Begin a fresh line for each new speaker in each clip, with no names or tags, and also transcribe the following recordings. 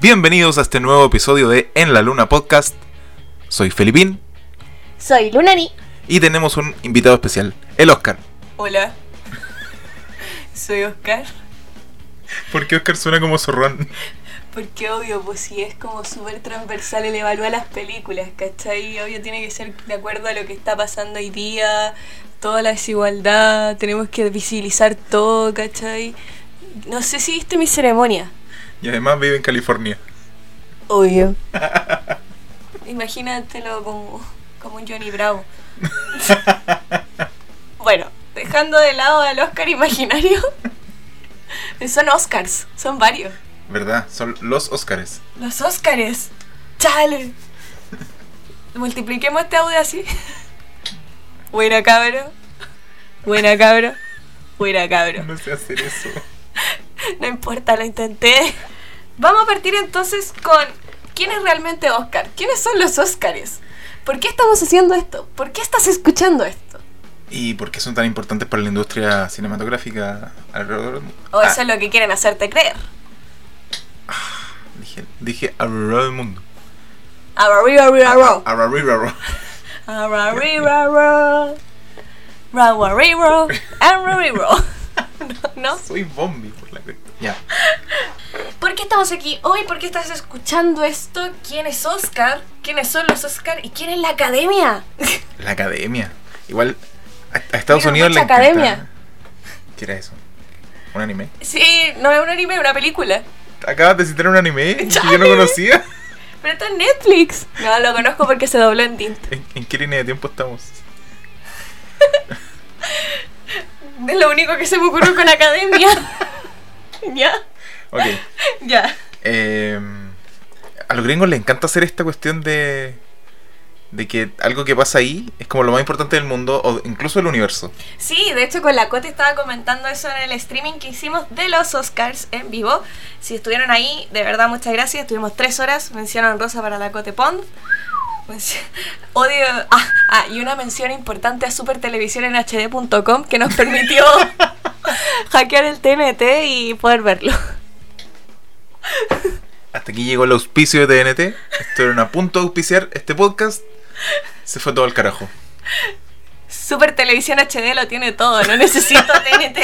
Bienvenidos a este nuevo episodio de En la Luna Podcast. Soy Felipín
Soy Lunani.
y tenemos un invitado especial, el Oscar.
Hola, soy Oscar.
¿Por qué Oscar suena como zorrón?
Porque obvio, pues si es como súper transversal el evaluar las películas, ¿cachai? Obvio tiene que ser de acuerdo a lo que está pasando hoy día, toda la desigualdad, tenemos que visibilizar todo, ¿cachai? No sé si viste mi ceremonia.
Y además vive en California.
Obvio.
Imagínatelo como, como un Johnny Bravo. bueno, dejando de lado al Oscar imaginario, son Oscars, son varios.
¿Verdad? Son los Oscars.
Los Óscares. Chale. Multipliquemos este audio así. Buena cabro. Buena cabro. Buena cabro.
No sé hacer eso.
No importa, lo intenté. Vamos a partir entonces con quién es realmente Oscar. ¿Quiénes son los Óscares? ¿Por qué estamos haciendo esto? ¿Por qué estás escuchando esto?
¿Y por qué son tan importantes para la industria cinematográfica alrededor del mundo?
O
Ah,
eso Oh, es lo que quieren hacerte creer.
dije, dije alrededor del mundo. Ah,
Ararirariraro.
Ararirarar.
Ararirariraro. Rawariraro. Arariraro. ¿No? ¿No?
Soy bombi por la cresta. Ya.
¿Por qué estamos aquí hoy? ¿Por qué estás escuchando esto? ¿Quién es Oscar? ¿Quiénes son los Oscar? ¿Y quién es la academia?
La academia. Igual a, a Estados
Mira,
Unidos le
mucha
encanta.
academia.
¿Qué era eso? ¿Un anime?
Sí, no es un anime, es una película.
Acabas de citar un anime que yo no
Chale.
conocía.
Pero está en Netflix. No, lo conozco porque se dobló en Tint.
¿En, en qué línea de tiempo estamos?
Es lo único que se me ocurrió con la academia. ¿Ya?
Ok.
Ya.
eh, a los gringos les encanta hacer esta cuestión de. De que algo que pasa ahí es como lo más importante del mundo o incluso del universo.
Sí, de hecho con la Coti estaba comentando eso en el streaming que hicimos de los Oscars en vivo. Si estuvieron ahí, de verdad muchas gracias. Estuvimos tres horas. Mención honrosa para la Cote Pond. Menci- Odio. Ah, ah, y una mención importante a Supertelevisión en HD.com que nos permitió hackear el TNT y poder verlo.
Hasta aquí llegó el auspicio de TNT. Estuvieron a punto de auspiciar este podcast. Se fue todo al carajo.
Supertelevisión HD lo tiene todo, no necesito TNT.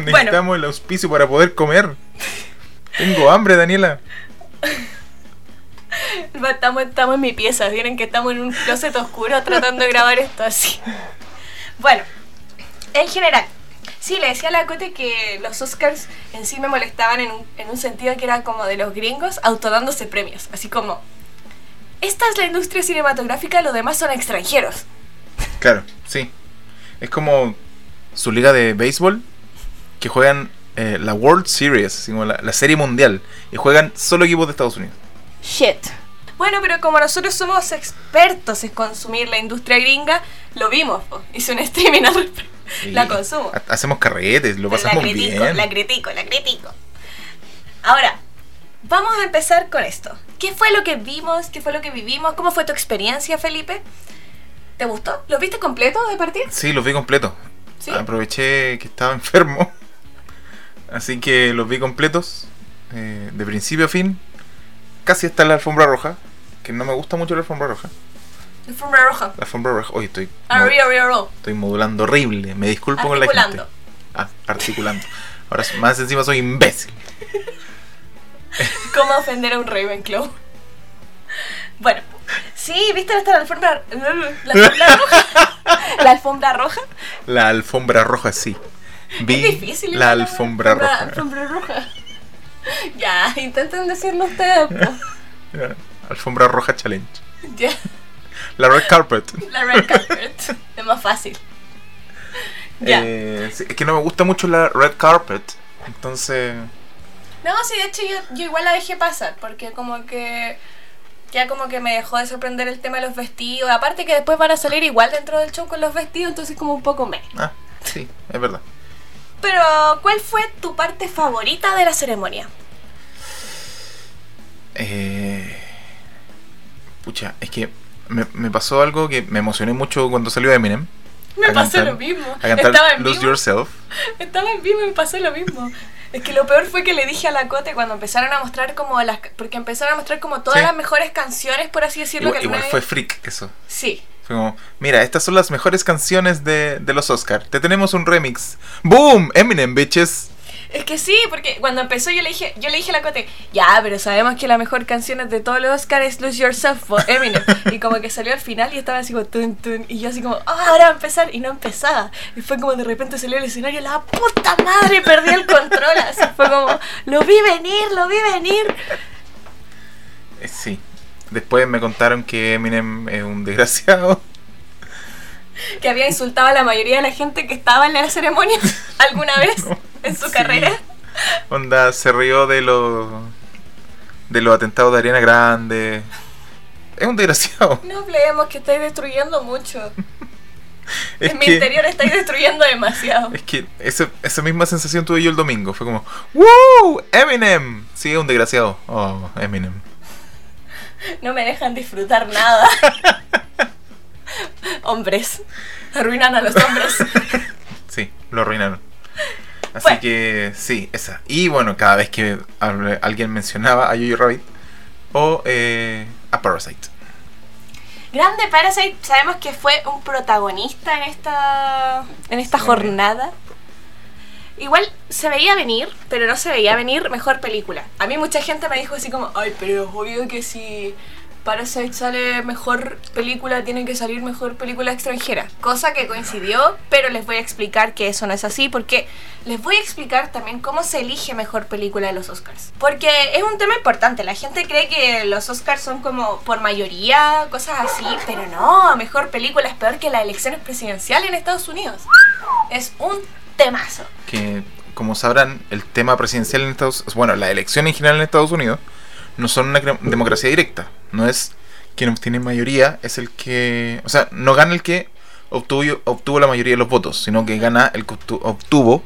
Necesitamos el auspicio para poder comer. Tengo hambre, Daniela.
Estamos, estamos en mi pieza, miren que estamos en un closet oscuro tratando de grabar esto así. Bueno, en general, sí, le decía a la Cote que los Oscars en sí me molestaban en un, en un sentido que era como de los gringos autodándose premios, así como, esta es la industria cinematográfica, los demás son extranjeros.
Claro, sí. Es como su liga de béisbol que juegan eh, la World Series, así como la, la serie mundial, y juegan solo equipos de Estados Unidos.
Shit.
Bueno, pero como nosotros somos expertos en consumir la industria gringa, lo vimos, po. hice un streaming al respecto.
Y
La consumo.
ha- Hacemos carretes, lo pasamos
la critico,
bien.
La critico, la critico. Ahora, vamos a empezar con esto. ¿Qué fue lo que vimos? ¿Qué fue lo que vivimos? ¿Cómo fue tu experiencia, Felipe? ¿Te gustó? ¿Lo viste completo de partir?
Sí, los vi completos.
Sí.
Ah, Aproveché que estaba enfermo. Así que los vi completos. eh, de principio a fin. Casi hasta la alfombra roja. Que no me gusta mucho la alfombra roja.
Alfombra roja. Ah,
La alfombra roja. Hoy estoy. mod-
Arri, arri, arro.
Estoy modulando horrible. Me disculpo con la gente.
Articulando.
Ah, articulando. Ahora más encima soy imbécil.
¿Cómo ofender a un Ravenclaw? Bueno, sí, ¿viste hasta la alfombra, la alfombra roja? ¿La alfombra roja?
La alfombra roja, sí. Vi
Es difícil.
la
igual, ¿no?
alfombra
La
roja.
alfombra roja. Ya, intenten decirlo ustedes. po.
Alfombra roja challenge.
Ya.
La red carpet.
La red carpet. es más fácil. Ya.
Eh, sí, es que no me gusta mucho la red carpet. Entonces,
No, sí, de hecho yo, yo igual la dejé pasar, porque como que ya como que me dejó de sorprender el tema de los vestidos. Aparte que después van a salir igual dentro del show con los vestidos, entonces como un poco me.
ah, sí, es verdad.
Pero, ¿cuál fue tu parte favorita de la ceremonia?
Eh, pucha, es que me, me pasó algo que me emocioné mucho cuando salió Eminem.
Me
A
pasó
cantar-
lo mismo.
A cantar
Estaba en
Lose
vivo.
Yourself.
Estaba en vivo y me pasó lo mismo. Es que lo peor fue que le dije a la Cote cuando empezaron a mostrar como las... Porque empezaron a mostrar como todas
Sí.
las mejores canciones, por así decirlo,
Igual,
que alguna
igual
vez-
fue freak eso.
Sí.
Fue como, mira, estas son las mejores canciones de, de los Oscars. Te tenemos un remix. ¡Boom! Eminem, bitches.
Es que sí, porque cuando empezó yo le dije, yo le dije a la Cote, ya, pero sabemos que la mejor canción de todos los Oscars es Lose Yourself por Eminem. y como que salió al final y estaba así como tun tun. Y yo así como, ah, ahora va a empezar. Y no empezaba. Y fue como de repente salió el escenario, la puta madre, perdí el control. Así fue como, lo vi venir, lo vi venir.
Eh, sí. Después me contaron que Eminem es un desgraciado.
Que había insultado a la mayoría de la gente que estaba en la ceremonia alguna vez
No,
en su
sí.
carrera.
Onda, se rió de los. de los atentados de Ariana Grande. Es un desgraciado.
No hablemos que estáis destruyendo mucho.
Es
en mi
que,
interior estáis destruyendo demasiado.
Es que ese- esa misma sensación tuve yo el domingo. Fue como, ¡Woo! ¡Eminem! Sí, es un desgraciado. Oh, Eminem.
No me dejan disfrutar nada. hombres. Arruinan a los hombres.
Sí, lo arruinaron. Así
Bueno.
que sí, esa. Y bueno, cada vez que hable- alguien mencionaba a Yoyo Rabbit o eh, a Parasite.
Grande Parasite, sabemos que fue un protagonista en esta, en esta
Sí.
jornada. Igual se veía venir, pero no se veía venir mejor película. A mí mucha gente me dijo así como, ay, pero es obvio que si Parasite sale mejor película, tiene que salir mejor película extranjera. Cosa que coincidió, pero les voy a explicar que eso no es así, porque les voy a explicar también cómo se elige mejor película de los Oscars. Porque es un tema importante, la gente cree que los Oscars son como por mayoría, cosas así, pero no, mejor película es peor que las elecciones presidenciales en Estados Unidos. Es un temazo.
Que, como sabrán, el tema presidencial en Estados bueno, la elección en general en Estados Unidos, no son una cre- democracia directa. No es quien obtiene mayoría, es el que. O sea, no gana el que obtuvo, obtuvo la mayoría de los votos, sino que gana el que obtu- obtuvo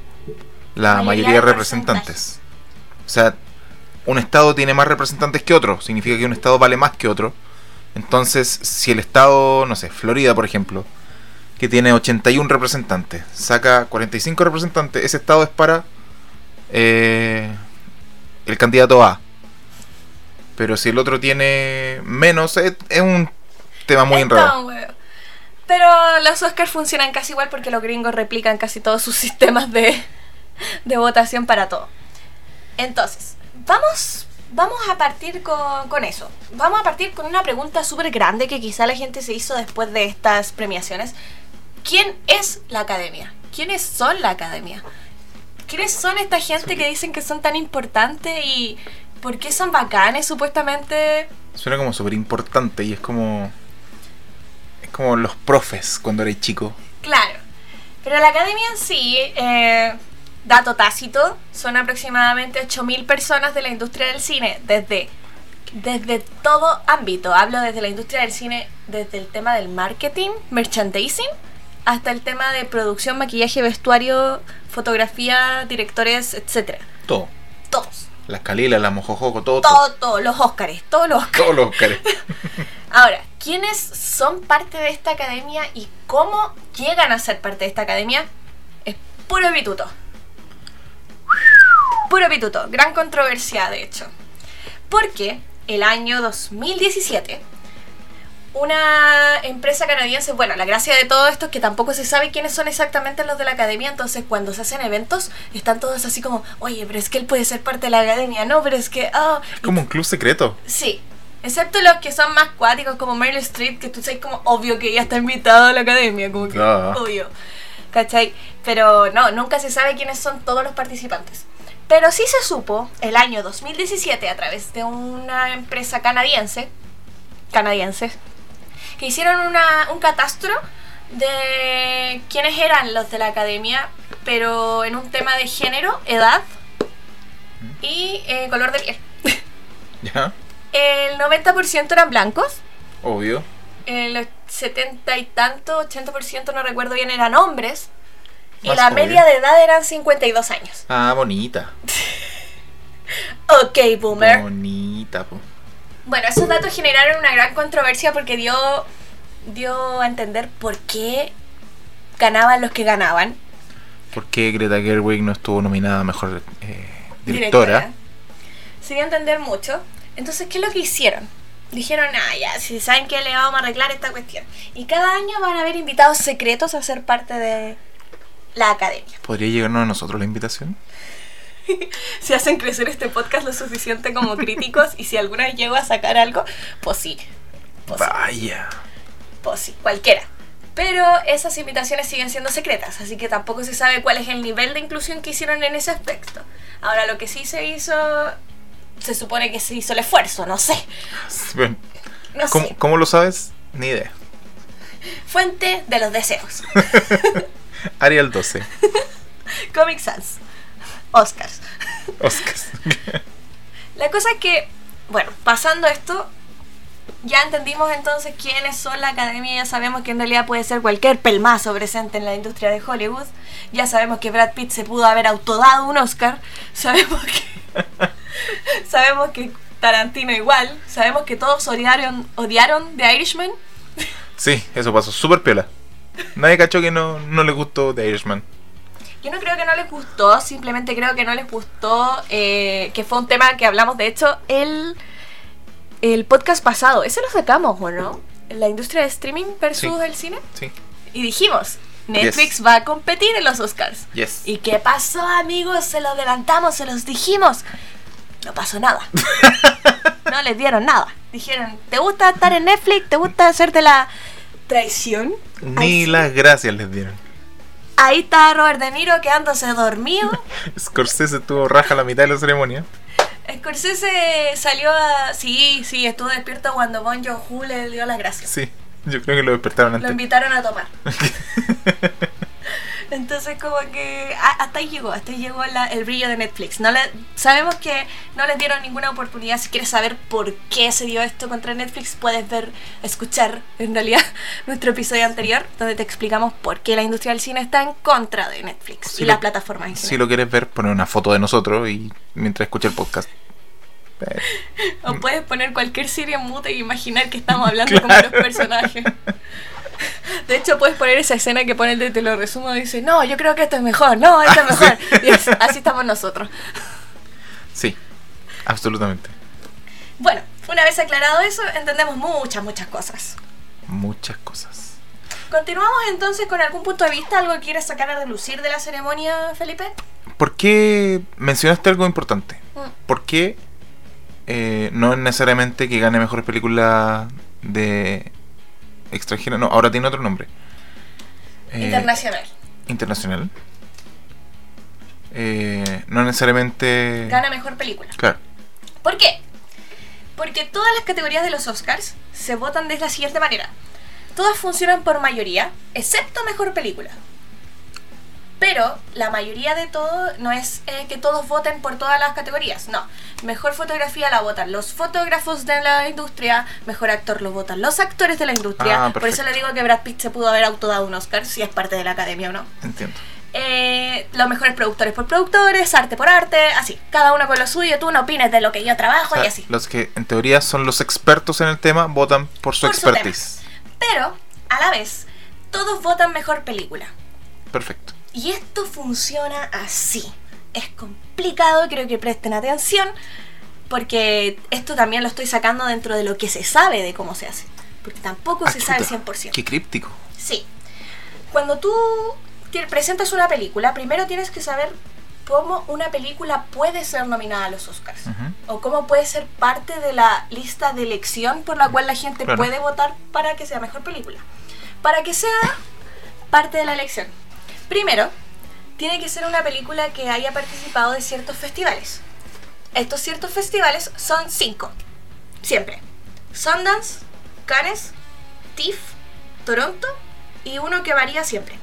la
Mayoría
mayoría,
de
de representantes. O sea, un Estado tiene más representantes que otro, significa que un Estado vale más que otro. Entonces, si el Estado, no sé, Florida, por ejemplo, que tiene 81 representantes, saca 45 representantes, ese Estado es para eh, el candidato A. Pero si el otro tiene menos, es, es un tema muy
Es tan
enredado.
huevo. Pero los Oscars funcionan casi igual porque los gringos replican casi todos sus sistemas de, de votación para todo. Entonces, vamos, vamos a partir con, con eso. Vamos a partir con una pregunta súper grande que quizá la gente se hizo después de estas premiaciones. ¿Quién es la academia? ¿Quiénes son la academia? ¿Quiénes son esta gente que dicen que son tan importantes y por qué son bacanes supuestamente?
Suena como súper importante y es como. Es como los profes cuando eres chico.
Claro. Pero la academia en sí, eh, dato tácito, son aproximadamente 8.000 personas de la industria del cine, desde, desde todo ámbito. Hablo desde la industria del cine, desde el tema del marketing, merchandising, hasta el tema de producción, maquillaje, vestuario, fotografía, directores, etc.
Todo.
Todos.
Las calilas, las mojojoco, todo.
Todo, todo, los Óscares, todos los Óscares.
Todos los Óscares.
Ahora, ¿quiénes son parte de esta academia y cómo llegan a ser parte de esta academia? Es puro pituto. Puro pituto, gran controversia de hecho. Porque el año 2017, una empresa canadiense, bueno, la gracia de todo esto es que tampoco se sabe quiénes son exactamente los de la academia, entonces cuando se hacen eventos están todos así como, oye, pero es que él puede ser parte de la academia, no, pero es que, ah,
Es como un club secreto.
Sí, excepto los que son más cuáticos como Meryl Streep, que tú sabes como obvio que ella está invitada a la academia, como que
Ah.
obvio. ¿Cachai? Pero no, nunca se sabe quiénes son todos los participantes. Pero sí se supo el año 2017 a través de una empresa canadiense, canadienses, que hicieron una- un catastro de quiénes eran los de la academia, pero en un tema de género, edad y eh, color de piel.
¿Ya?
El 90% eran blancos,
Obvio.
el 70 y tanto, 80% no recuerdo bien, eran hombres, y
Más
la
obvio.
media de edad eran 52 años.
Ah, bonita.
Ok, boomer.
Bonita, po.
Bueno, esos datos generaron una gran controversia porque dio, dio a entender por qué ganaban los que ganaban.
¿Por qué Greta Gerwig no estuvo nominada a mejor eh, directora.
Se dio a entender mucho. Entonces, ¿qué es lo que hicieron? Dijeron, ah, ya, si saben que le vamos a arreglar esta cuestión. Y cada año van a haber invitados secretos a ser parte de la academia.
¿Podría llegarnos a nosotros la invitación?
Si hacen crecer este podcast lo suficiente como críticos y si alguna vez llego a sacar algo, pues sí, Pues sí.
Vaya.
pues sí, cualquiera. Pero esas invitaciones siguen siendo secretas, así que tampoco se sabe cuál es el nivel de inclusión que hicieron en ese aspecto. Ahora, lo que sí se hizo, se supone que se hizo el esfuerzo, no sé. No
¿Cómo,
sé.
cómo lo sabes? Ni idea.
Fuente de los deseos.
Arial 12.
Comic Sans. Oscars.
Oscars.
La cosa es que, bueno, pasando esto, ya entendimos entonces quiénes son la academia, ya sabemos que en realidad puede ser cualquier pelmazo presente en la industria de Hollywood, ya sabemos que Brad Pitt se pudo haber autodado un Oscar, sabemos que, sabemos que Tarantino igual, sabemos que todos odiaron, odiaron The Irishman,
Sí, eso pasó. Súper piola. Nadie cachó que no, no le gustó The Irishman.
Yo no creo que no les gustó, simplemente creo que no les gustó, eh, que fue un tema que hablamos, de hecho, el, el podcast pasado. Ese lo sacamos, ¿o no? La industria de streaming versus
Sí.
el cine.
Sí.
Y dijimos, Netflix va a competir en los Oscars.
Yes.
¿Y qué pasó, amigos? Se lo adelantamos, se los dijimos. No pasó nada. no les dieron nada. Dijeron, ¿te gusta estar en Netflix? ¿Te gusta hacerte la traición?
Ni las gracias les dieron.
Ahí está Robert De Niro quedándose dormido.
Scorsese tuvo raja la mitad de la ceremonia.
Scorsese salió a... Sí, sí, estuvo despierto cuando Bon Joon-ho le dio las gracias.
Sí, yo creo que lo despertaron
Lo
antes.
invitaron a tomar. Entonces como que a- hasta ahí llegó, hasta ahí llegó la- el brillo de Netflix. No le- sabemos que no les dieron ninguna oportunidad. Si quieres saber por qué se dio esto contra Netflix, puedes ver, escuchar en realidad nuestro episodio anterior, donde te explicamos por qué la industria del cine está en contra de Netflix
Si
y
lo-
las plataformas en
si
general.
lo quieres ver, pone una foto de nosotros y mientras escucha el podcast. Eh,
O puedes poner cualquier serie en mute y imaginar que estamos hablando
Claro.
como los personajes. De hecho, puedes poner esa escena que pone el de te lo resumo y dice, no, yo creo que esto es mejor, no, esto es mejor. Y es- así estamos nosotros.
Sí, absolutamente.
Bueno, una vez aclarado eso, entendemos muchas, muchas cosas.
Muchas cosas.
Continuamos entonces con algún punto de vista, algo que quieres sacar a relucir de la ceremonia, Felipe.
¿Por qué mencionaste algo importante?
Mm.
¿Por qué eh, no es necesariamente que gane mejor película de extranjera? No, ahora tiene otro nombre. Eh,
Internacional.
internacional. Eh, no necesariamente...
Gana mejor película.
Claro.
¿Por qué? Porque todas las categorías de los Oscars se votan de la siguiente manera. Todas funcionan por mayoría, excepto mejor película. Pero la mayoría de todo no es eh, que todos voten por todas las categorías, no. Mejor fotografía la votan los fotógrafos de la industria, mejor actor lo votan los actores de la industria.
Ah,
por eso le digo que Brad Pitt se pudo haber autodado un Oscar, si es parte de la academia o no.
Entiendo.
Eh, los mejores productores por productores, arte por arte, así. Cada uno con lo suyo, tú no opines de lo que yo trabajo
O sea,
y así.
Los que en teoría son los expertos en el tema votan por su
Por su
expertise.
Pero, a la vez, todos votan mejor película.
Perfecto.
Y esto funciona así. Es complicado, creo que presten atención, porque esto también lo estoy sacando dentro de lo que se sabe de cómo se hace. Porque tampoco
Ah,
se sabe
Achuta,
100%.
Qué críptico.
Sí. Cuando tú te presentas una película, primero tienes que saber cómo una película puede ser nominada a los Oscars.
Ujú.
O cómo puede ser parte de la lista de elección por la cual la gente
Claro.
puede votar para que sea mejor película. Para que sea parte de la elección. Primero, tiene que ser una película que haya participado de ciertos festivales. Estos ciertos festivales son cinco. Siempre. Sundance, Cannes, TIFF, Toronto y uno que varía siempre.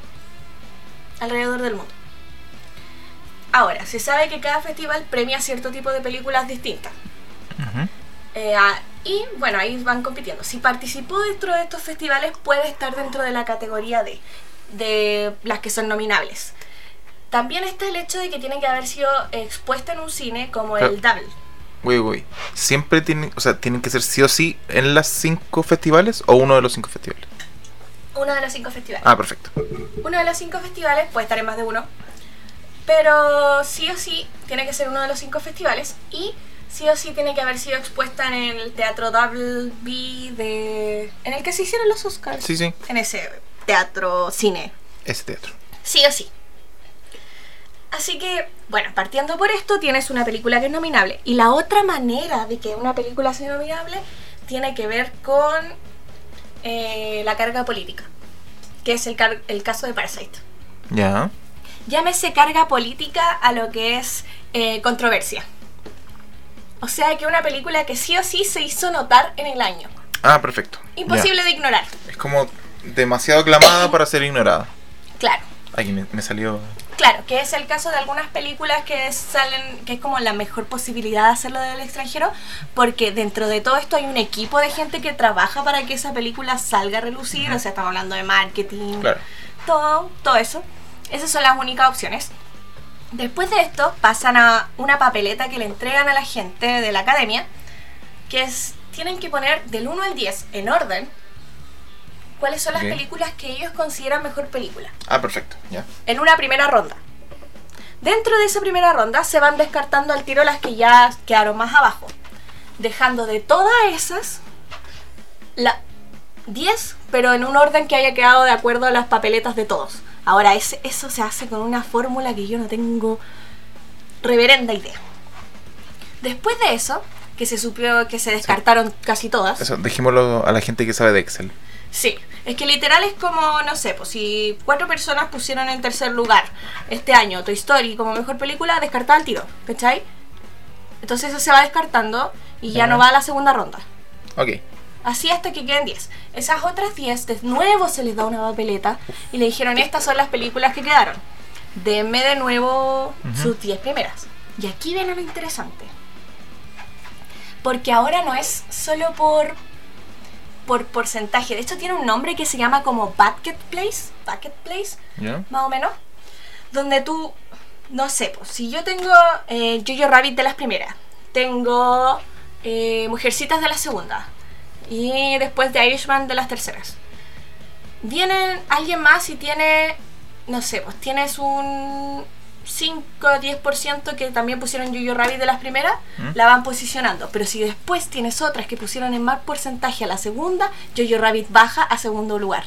Alrededor del mundo. Ahora, se sabe que cada festival premia cierto tipo de películas distintas.
Ujú.
Eh, ah, y bueno, ahí van compitiendo. Si participó dentro de estos festivales, puede estar dentro de la categoría D, de las que son nominables. También está el hecho de que tiene que haber sido expuesta en un cine como el Double.
Güey, güey. Siempre tienen, o sea, tienen que ser sí o sí en las cinco festivales o uno de los cinco festivales.
Uno de los cinco festivales.
Ah, perfecto.
Uno de los cinco festivales puede estar en más de uno. Pero sí o sí tiene que ser uno de los cinco festivales y sí o sí tiene que haber sido expuesta en el Teatro Double de... en el que se hicieron los Oscars.
Sí, sí,
En ese teatro cine.
ese teatro.
Sí o sí. Así que, bueno, partiendo por esto, tienes una película que es nominable. Y la otra manera de que una película sea nominable tiene que ver con eh, la carga política, que es el, car- el caso de Parasite.
Ya.
Llámese carga política a lo que es eh, controversia. O sea que una película que sí o sí se hizo notar en el año.
Ah, perfecto. Ya.
Imposible de ignorar,
Es como demasiado aclamada para ser ignorada.
claro.
Ay, me, me salió.
Claro, que es el caso de algunas películas que salen, que es como la mejor posibilidad de hacerlo del extranjero, porque dentro de todo esto hay un equipo de gente que trabaja para que esa película salga a relucir,
Ujú.
o sea, estamos hablando de marketing,
Claro.
todo, todo eso. Esas son las únicas opciones. Después de esto, pasan a una papeleta que le entregan a la gente de la academia, que es, tienen que poner del 1 al 10, en orden, cuáles son las
Ok.
películas que ellos consideran mejor película
Ah, perfecto. Ya.
en una primera ronda. Dentro de esa primera ronda se van descartando al tiro las que ya quedaron más abajo, dejando de todas esas la 10, pero en un orden que haya quedado de acuerdo a las papeletas de todos. Ahora, ese- eso se hace con una fórmula que yo no tengo reverenda idea. Después de eso, que se supió que se descartaron casi todas.
Eso, dejémoslo a la gente que sabe de Excel.
Sí, es que literal es como, no sé, pues si cuatro personas pusieron en tercer lugar este año Toy Story como mejor película, descartada al tiro, ¿cachai? Entonces eso se va descartando y ya
Ajá.
no va a la segunda ronda.
Ok.
Así hasta que queden 10. Esas otras 10, de nuevo se les da una papeleta y le dijeron, estas son las películas que quedaron. Denme de nuevo
Ujú.
sus 10 primeras. Y aquí viene lo interesante. Porque ahora no es solo por, por porcentaje. De hecho, tiene un nombre que se llama como Bucket Place. Bucket Place
Ya.
más o menos, donde tú, no sé, pues, si yo tengo eh, Jojo Rabbit de las primeras, tengo eh, Mujercitas de la segunda, y después de Irishman de las terceras. Vienen alguien más y tiene, no sé, pues tienes un 5-10% que también pusieron Jojo Rabbit de las primeras,
¿Mm?
la van posicionando. Pero si después tienes otras que pusieron en más porcentaje a la segunda, Jojo Rabbit baja a segundo lugar.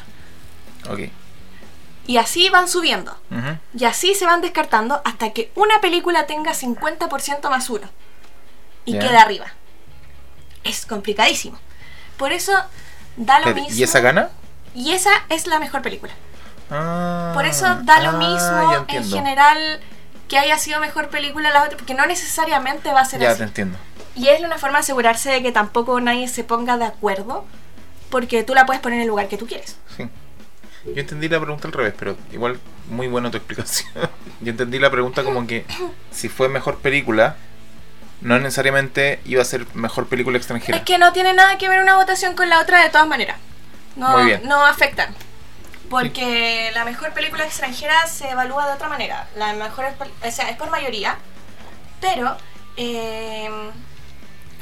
Ok.
Y así van subiendo.
Ujú.
Y así se van descartando hasta que una película tenga 50% más uno. Y
Ya.
queda arriba. Es complicadísimo. Por eso da lo
Espérate,
mismo.
¿Y esa gana?
Y esa es la mejor película.
Ah,
Por eso da lo
ah, ya
mismo en
entiendo.
general que haya sido mejor película la otra, porque no necesariamente va a ser
Ya
así.
te entiendo.
Y es una forma de asegurarse de que tampoco nadie se ponga de acuerdo, porque tú la puedes poner en el lugar que tú quieres.
Sí. Yo entendí la pregunta al revés, pero igual muy buena tu explicación. Yo entendí la pregunta como que si fue mejor película, no necesariamente iba a ser mejor película extranjera.
Es que no tiene nada que ver una votación con la otra de todas maneras. No,
Muy bien.
no afectan. Porque la mejor película extranjera se evalúa de otra manera. La mejor es por, o sea, es por mayoría. Pero eh,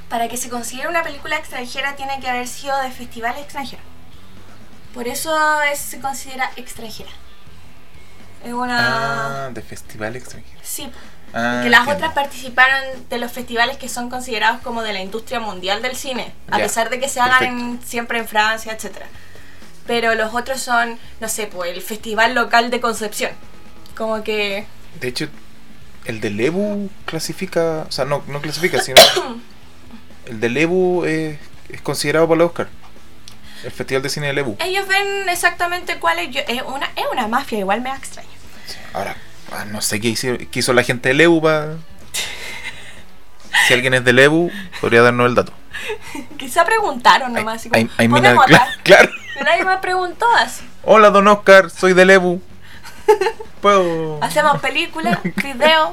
para que se considere una película extranjera tiene que haber sido de festival extranjero. Por eso es- se considera extranjera. Es una...
Ah, de festival extranjero.
Sí,
Ah,
que las
entiendo.
otras participaron de los festivales que son considerados como de la industria mundial del cine, a
Ya,
pesar de que se hagan en- siempre en Francia, etc. Pero los otros son, no sé, pues el Festival Local de Concepción. Como que...
De hecho, el de Lebu clasifica, o sea, no, no clasifica, sino el de Lebu es, es considerado para el Oscar. El Festival de Cine de Lebu.
Ellos ven exactamente cuál es... yo- es, una, es una mafia, igual me da extraño.
Ahora, ah, no sé qué hizo, qué hizo la gente de Lebu para... Si alguien es de Lebu, podría darnos el dato.
Quizá preguntaron
Hay-
nomás, así como,
hay- hay mina-
"Podemos
cla-
votar?".
claro.
Nadie más preguntó así.
Hola, don Oscar, soy de Lebu. Puedo...
Hacemos películas, videos,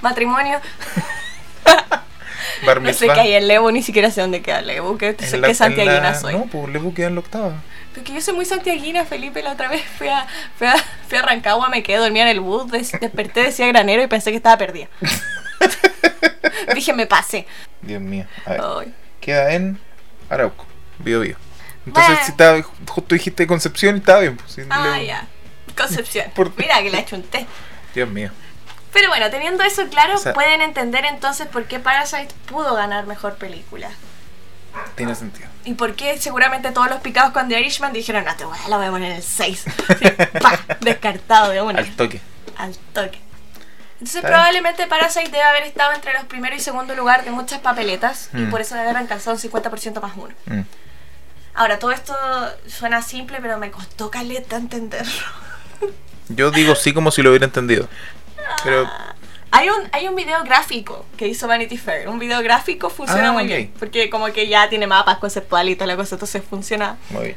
matrimonio.
bar
No sé
mitzvah.
qué hay en Levo, ni siquiera sé dónde queda Levo, que,
En
sé
la-
que
en
santiaguina
la-
soy.
No, pues Lebu queda en la octava.
Porque yo soy muy santiaguina, Felipe, la otra vez fui a, fui a, fui a Rancagua, me quedé dormida en el bus, des- desperté, decía granero y pensé que estaba perdida. Dije, me pasé.
Dios mío. A ver.
Ay.
queda en Arauco, Bio Bio. Entonces,
Bueno.
si estaba, ju- justo dijiste Concepción y estaba bien. pues, si
Ah,
le-
ya. Concepción.
Por-
Mira que le ha hecho un té.
Dios mío.
Pero bueno, teniendo eso claro,
O sea-
pueden entender entonces por qué Parasite pudo ganar mejor película.
Tiene sentido.
Y por qué seguramente todos los picados con The Irishman dijeron, no, te voy a la voy a poner en el 6. Descartado de una.
Al toque.
al toque. Entonces
Está bien.
probablemente Parasite debe haber estado entre los primeros y segundo lugar de muchas papeletas y
Mm.
por eso debe haber alcanzado un 50% más uno.
Mm.
Ahora, todo esto suena simple, pero me costó caleta entenderlo.
Yo digo sí como si lo hubiera entendido. Pero
Ah. Hay un, hay un video gráfico que hizo Vanity Fair. Un video gráfico funciona
Ah,
muy
ok.
bien. Porque como que ya tiene mapas conceptuales y toda la cosa, entonces funciona.
muy bien.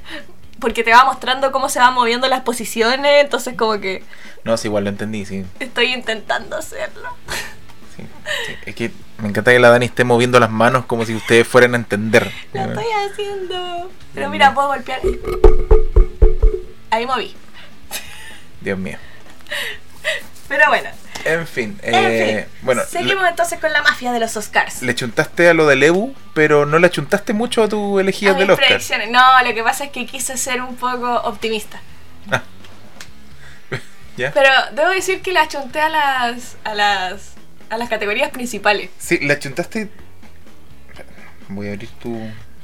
Porque te va mostrando cómo se van moviendo las posiciones, entonces como que
No, sí, igual lo entendí, sí.
estoy intentando hacerlo.
sí, sí. Es que me encanta que la Dani esté moviendo las manos como si ustedes fueran a entender.
Lo estoy haciendo. Pero
Mm.
mira, puedo golpear. Ahí moví.
Dios mío.
Pero bueno.
En fin,
en
eh,
fin.
bueno,
Seguimos entonces con la mafia de los Oscars.
le, le chuntaste a lo de Lebu, pero no le chuntaste mucho a tu elegida
A mis
del Oscar.
predicciones. No, lo que pasa es que quise ser un poco optimista.
Ah. ¿Ya?
Pero debo decir que la chonté a las. a las. a las categorías principales.
Sí, le chuntaste. Voy a abrir tu.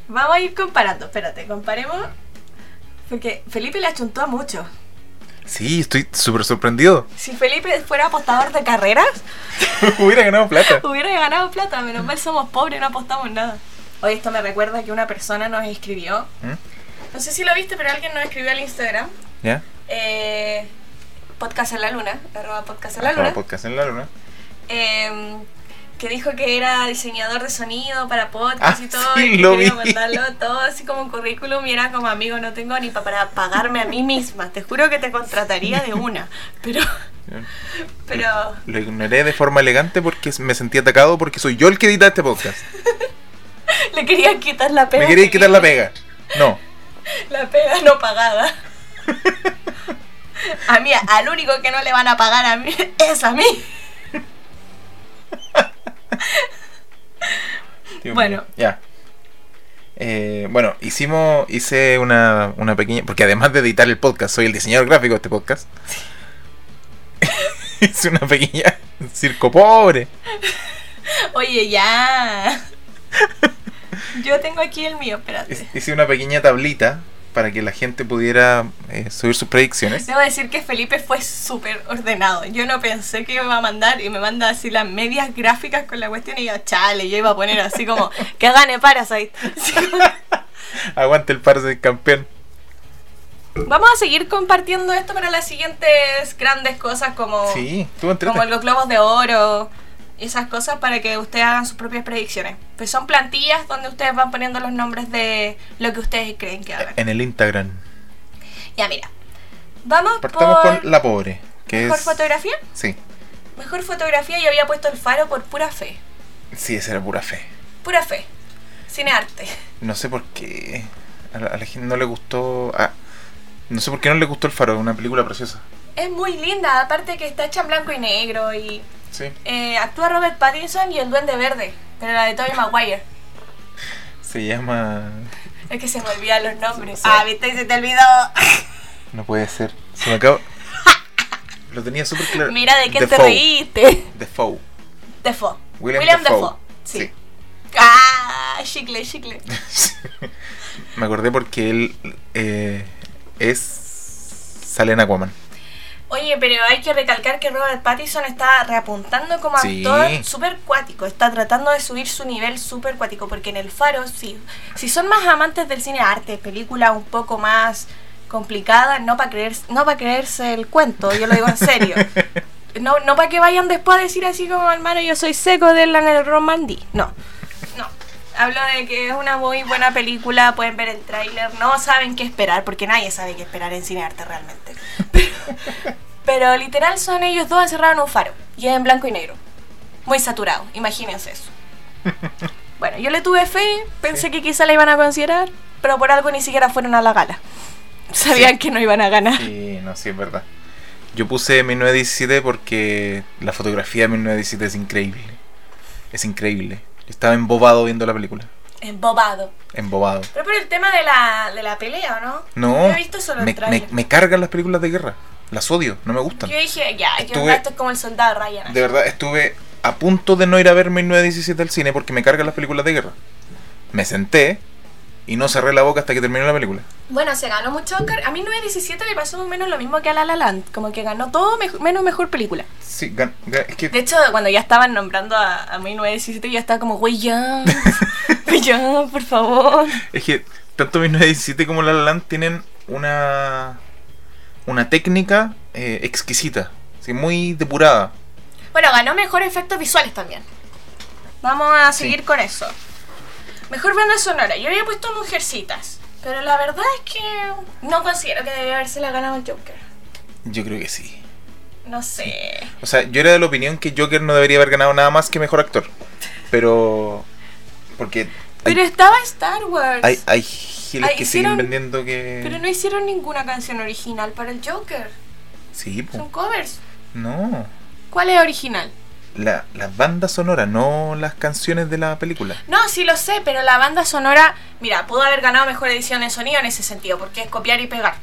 Vamos a ir comparando. Espérate, comparemos. Porque Felipe la chuntó a mucho.
Sí, estoy súper sorprendido.
Si Felipe fuera apostador de carreras,
Hubiera ganado plata.
Hubiera ganado plata, menos mal somos pobres, no apostamos nada. Hoy esto me recuerda que una persona nos escribió.
¿Mm?
No sé si lo viste, pero alguien nos escribió al Instagram.
¿Ya?
eh, podcast en la luna, arroba podcast en la
Arroba
luna.
Podcast en la luna.
eh, que dijo que era diseñador de sonido para podcast
Ah,
y todo.
sí,
y que
lo
quería
vi.
mandarlo todo así como un currículum. Y era como amigo, no tengo ni pa- para pagarme a mí misma. Te juro que te contrataría de una. Pero, pero
Lo ignoré de forma elegante porque me sentí atacado porque soy yo el que edita este podcast.
le quería quitar la pega.
Me
a
quería quitar la
Felipe.
pega. No.
La pega no pagada. A mí, al único que no le van a pagar a mí es a mí.
Dios
Bueno.
mío. Ya. Eh, bueno, hicimos, hice una, una pequeña, porque además de editar el podcast, soy el diseñador gráfico de este podcast. hice una pequeña circo pobre.
Oye, ya. Yo tengo aquí el mío,
Hice-
espérate.
Hice una pequeña tablita para que la gente pudiera eh, subir sus predicciones.
Debo decir que Felipe fue súper ordenado. Yo no pensé que iba a mandar y me manda así las medias gráficas con la cuestión y yo, chale, yo iba a poner así como, que gane Parasite. Así como-
Aguante el par del campeón.
Vamos a seguir compartiendo esto para las siguientes grandes cosas como...
Sí, tú entrete.
Oh. como los globos de oro y esas cosas para que ustedes hagan sus propias predicciones. Pues son plantillas donde ustedes van poniendo los nombres de lo que ustedes creen que hagan.
En el Instagram.
Ya mira, vamos
eh. Partamos
por
con la pobre. Que
mejor
es...
fotografía.
Sí.
Mejor fotografía yo había puesto el faro por pura fe,
Sí, esa era pura fe.
pura fe, cinearte.
No sé por qué. A la, a la gente no le gustó. ah, no sé por qué no le gustó El Faro, una película preciosa.
Es muy linda, aparte que está hecha en blanco y negro y
Sí.
eh, actúa Robert Pattinson y el Duende Verde, pero la de Tobey Maguire.
Se llama.
Es que se me olvidan los nombres.
Sí.
Ah, viste, se te olvidó.
No puede ser. Se me acabó. Lo tenía súper claro.
Mira de qué te
Defoe.
reíste.
Defoe.
Defoe.
William, Defoe.
Defoe. Sí. Ah, chicle, chicle.
Sí. me acordé porque él eh, es. Sale en Aquaman.
Oye, pero hay que recalcar que Robert Pattinson está reapuntando como
Sí.
actor súper cuático. Está tratando de subir su nivel súper cuático. Porque en el faro, sí, si son más amantes del cine arte, película un poco más complicada, no para creer, no para creerse el cuento, yo lo digo en serio. No, no para que vayan después a decir así como hermano, yo soy seco de la en el Romandí. No, no. Hablo de que es una muy buena película, pueden ver el tráiler, no saben qué esperar, porque nadie sabe qué esperar en cine arte realmente. Pero literal son ellos dos encerrados en un faro y es en blanco y negro. Muy saturado, imagínense eso. Bueno, yo le tuve fe, pensé
Sí.
que quizá la iban a considerar, pero por algo ni siquiera fueron a la gala. Sabían que no iban a ganar.
Sí, no, sí, es verdad. Yo puse 1917 porque la fotografía de 1917 es increíble. Es increíble. Estaba embobado viendo la película.
Embobado.
Embobado.
Pero por el tema de la, de la pelea, ¿no?
No,
Yo he visto solo el
me, me-
tráiler.
me cargan las películas de guerra. Las odio, no me gustan.
Yo dije, ya, hay que
Estuve-
andar, esto es como el soldado Ryan.
De verdad, estuve a punto de no ir a ver 1917 al cine porque me cargan las películas de guerra. Me senté y no cerré la boca hasta que terminó la película.
Bueno, se ganó mucho Oscar. A mí 917 le pasó más o menos lo mismo que a La La Land. Como que ganó todo mejo- menos mejor película.
Sí, gan- gan- es que
De hecho, cuando ya estaban nombrando a, a 1917, ya estaba como, güey, ya. Güey, ya, por favor.
Es que tanto 1917 como La La Land tienen una una técnica eh, exquisita, así, muy depurada.
Bueno, ganó mejor efectos visuales también. Vamos a
Sí.
seguir con eso. Mejor banda sonora. Yo había puesto Mujercitas. Pero la verdad es que no considero que debió haberse la ganado el Joker.
Yo creo que sí.
No sé.
O sea, yo era de la opinión que Joker no debería haber ganado nada más que mejor actor. Pero porque hay,
Pero estaba Star Wars.
hay, hay giles
Ay,
que
hicieron-
siguen vendiendo que
Pero no hicieron ninguna canción original para el Joker.
Sí, po.
Son covers.
no.
¿Cuál es original?
La, las bandas sonoras, no las canciones de la película.
No, sí lo sé, pero la banda sonora, mira, pudo haber ganado mejor edición de sonido en ese sentido, porque es copiar y pegar.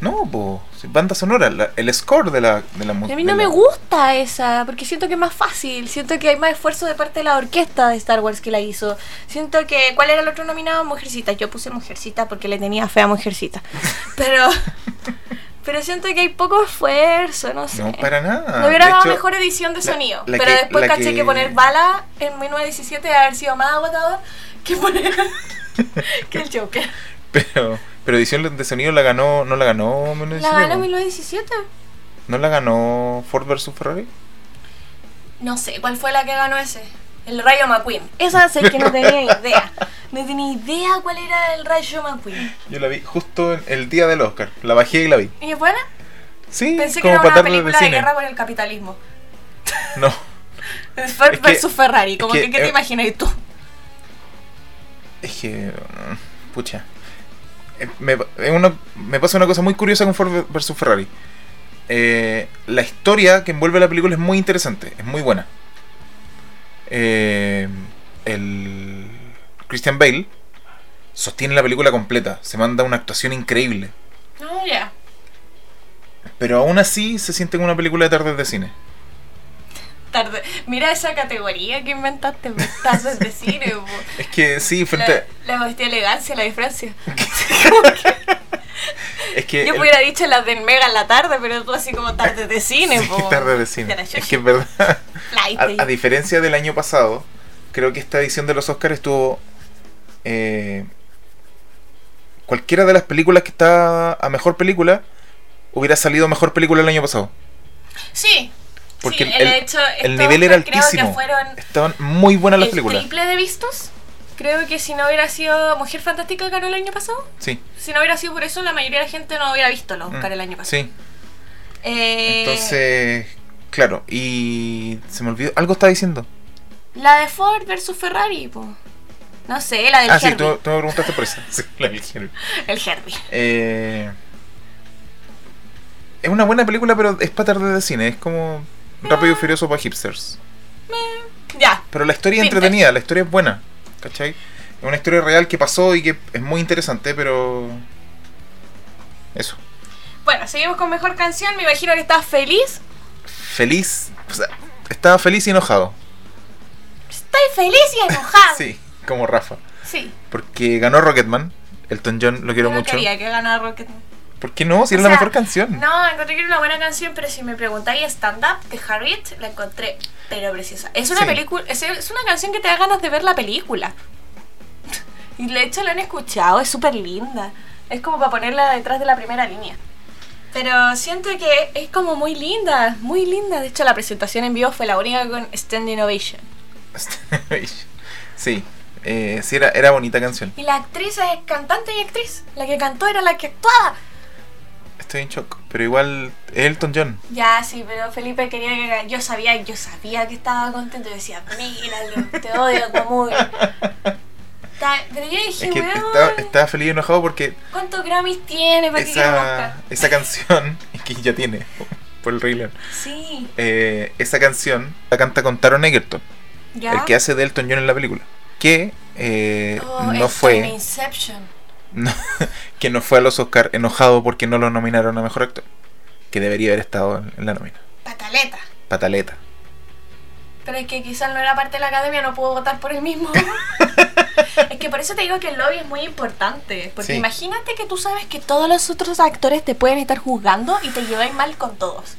No, po. sí, Banda sonora, la- el score de la, de la
Oh,
Y
música.
A mí no me gusta esa, porque siento que es más fácil, siento que hay más esfuerzo de parte de la orquesta de Star Wars que la hizo.
Siento que, ¿cuál era el otro nominado? Mujercita. Yo puse Mujercita porque le tenía fe a Mujercita. Pero, pero siento que hay poco esfuerzo, no sé.
No, para nada.
No hubiera
Ah, De
dado
hecho,
mejor edición de
la-
sonido.
la
pero
que-
después
la
caché que...
que-
poner bala en 1917 debe haber sido más agotador que poner. que el Joker.
Pero, pero edición de sonido la ganó, no la ganó
¿La
1917,
gana
po.
1917?
¿No la ganó Ford versus Ferrari?
No sé, ¿cuál fue la que ganó ese? El Rayo McQueen.
Esa sé que no tenía idea.
No tenía idea cuál era el Rayo McQueen.
Yo la vi justo en el día del Oscar. La bajé y la vi.
¿Y es buena?
Sí,
Pensé que
como
era
para
una
tarde de
película de
cine.
guerra con el capitalismo.
No.
Ford
Es que-
versus Ferrari, como
es
que,
que,
¿qué te
eh,
imaginas tú?
Es que. mm, Pucha. Eh, Me, es una- me pasa una cosa muy curiosa con Ford vs Ferrari. Eh, la historia que envuelve la película es muy interesante, es muy buena. Eh, el Christian Bale sostiene la película completa, se manda una actuación increíble.
No, ya.
Pero aún así se siente como una película de tardes de cine.
Tarde. Mira esa categoría que inventaste, tazas de cine. po.
Es que sí, frente.
La, la bestia elegancia, la diferencia.
es que
Yo
Eh, el-
hubiera dicho las del Mega en la tarde, pero tú así como tarde de cine.
sí,
po.
tardes de cine.
De la
Es que es verdad.
Flight.
A, a diferencia del año pasado, creo que esta edición de los Oscars estuvo. eh, cualquiera de las películas que está a mejor película hubiera salido mejor película el año pasado.
Sí.
Porque
sí,
el,
hecho,
el
estos
nivel era
creo que
altísimo.
fueron
Estaban muy buenas las
el
películas.
triple de vistos. Creo que si no hubiera sido Mujer Fantástica ganó el año pasado.
Sí. Mm.
Si no hubiera sido por eso, la mayoría de la gente no hubiera visto los Oscar el año pasado.
Sí.
Eh,
Entonces, claro. Y se me olvidó. Algo estaba diciendo.
La de Ford versus Ferrari, po. No sé, la del
ah,
Herbie.
sí, tú, tú me preguntaste por eso. Sí, la del Herbie.
El Herbie.
Eh, es una buena película, pero es para tarde de cine. Es como Rápido y
Mm.
Furioso para hipsters.
Ya.
Pero la historia es
Vintage.
entretenida, la historia es buena. ¿Cachai? Es una historia real que pasó y que es muy interesante, pero. Eso.
Bueno, seguimos con mejor canción. Me imagino que estás feliz.
Feliz. O sea, estaba feliz y enojado.
Estoy feliz y enojado.
Sí, como Rafa.
Sí.
Porque ganó Rocketman. Elton John lo quiero
Yo no
mucho.
quería que ganara Rocket.
¿Por qué no? Si
O
era la
sea,
mejor canción.
No, encontré que era una buena canción, pero si me preguntáis Stand Up de Harriet, la encontré pero preciosa. Es una
Sí.
película, es, es una canción que te da ganas de ver la película. Y de hecho la han escuchado, es súper linda. Es como para ponerla detrás de la primera línea. Pero siento que es como muy linda, muy linda. De hecho la presentación en vivo fue la única con Standing Ovation.
sí. eh, sí, era, era bonita canción.
Y la actriz es cantante y actriz. La que cantó era la que actuaba.
Estoy en shock. Pero igual, es Elton John.
Ya, sí, pero Felipe quería que ganara. Yo sabía, yo sabía que estaba contento. Yo decía, míralo, te odio, Guamuri. Ta- Pero yo dije,
Es que
weón,
estaba, estaba feliz y enojado porque
¿cuántos Grammys tiene? ¿Para qué quiere un Oscar?
esa, esa canción, que ya tiene, por el Rey León,
Sí,
eh, esa canción la canta con Taron Egerton,
ya.
el que hace de Elton John en la película, que eh,
Oh,
no
esto en
fue
Inception.
no- que no fue a los Oscar enojado porque no lo nominaron a Mejor Actor. que debería haber estado en, en la nómina.
Pataleta.
Pataleta.
Pero es que quizás no era parte de la academia, no pudo votar por él mismo. es que por eso te digo que el lobby es muy importante. Porque
Sí.
imagínate que tú sabes que todos los otros actores te pueden estar juzgando y te lleváis mal con todos.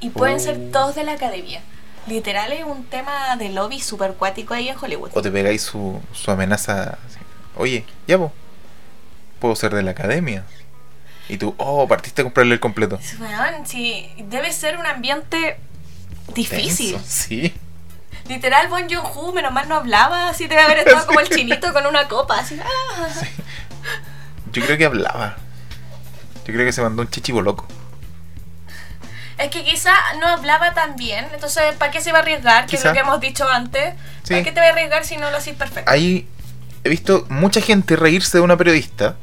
Y pueden ser
Oh.
todos de la academia. Literal es un tema de lobby super cuático ahí en Hollywood.
O te pegáis su, su amenaza. así, Oye, ya vos. Puedo ser de la academia. Y tú, oh, partiste a comprarle el completo.
Weón, sí, debe ser un ambiente difícil.
Tenso, Sí.
Literal, Bon Joon-ho, menos mal no hablaba, así debe haber estado como el chinito con una copa, así. ah.
Yo creo que hablaba. Yo creo que se mandó un chichivo loco.
Es que quizá no hablaba tan bien, entonces ¿para qué se va a arriesgar? Que es lo
Quizá.
que hemos dicho antes.
Sí.
¿Para qué te va a arriesgar si no lo haces perfecto?
Ahí he visto mucha gente reírse de una periodista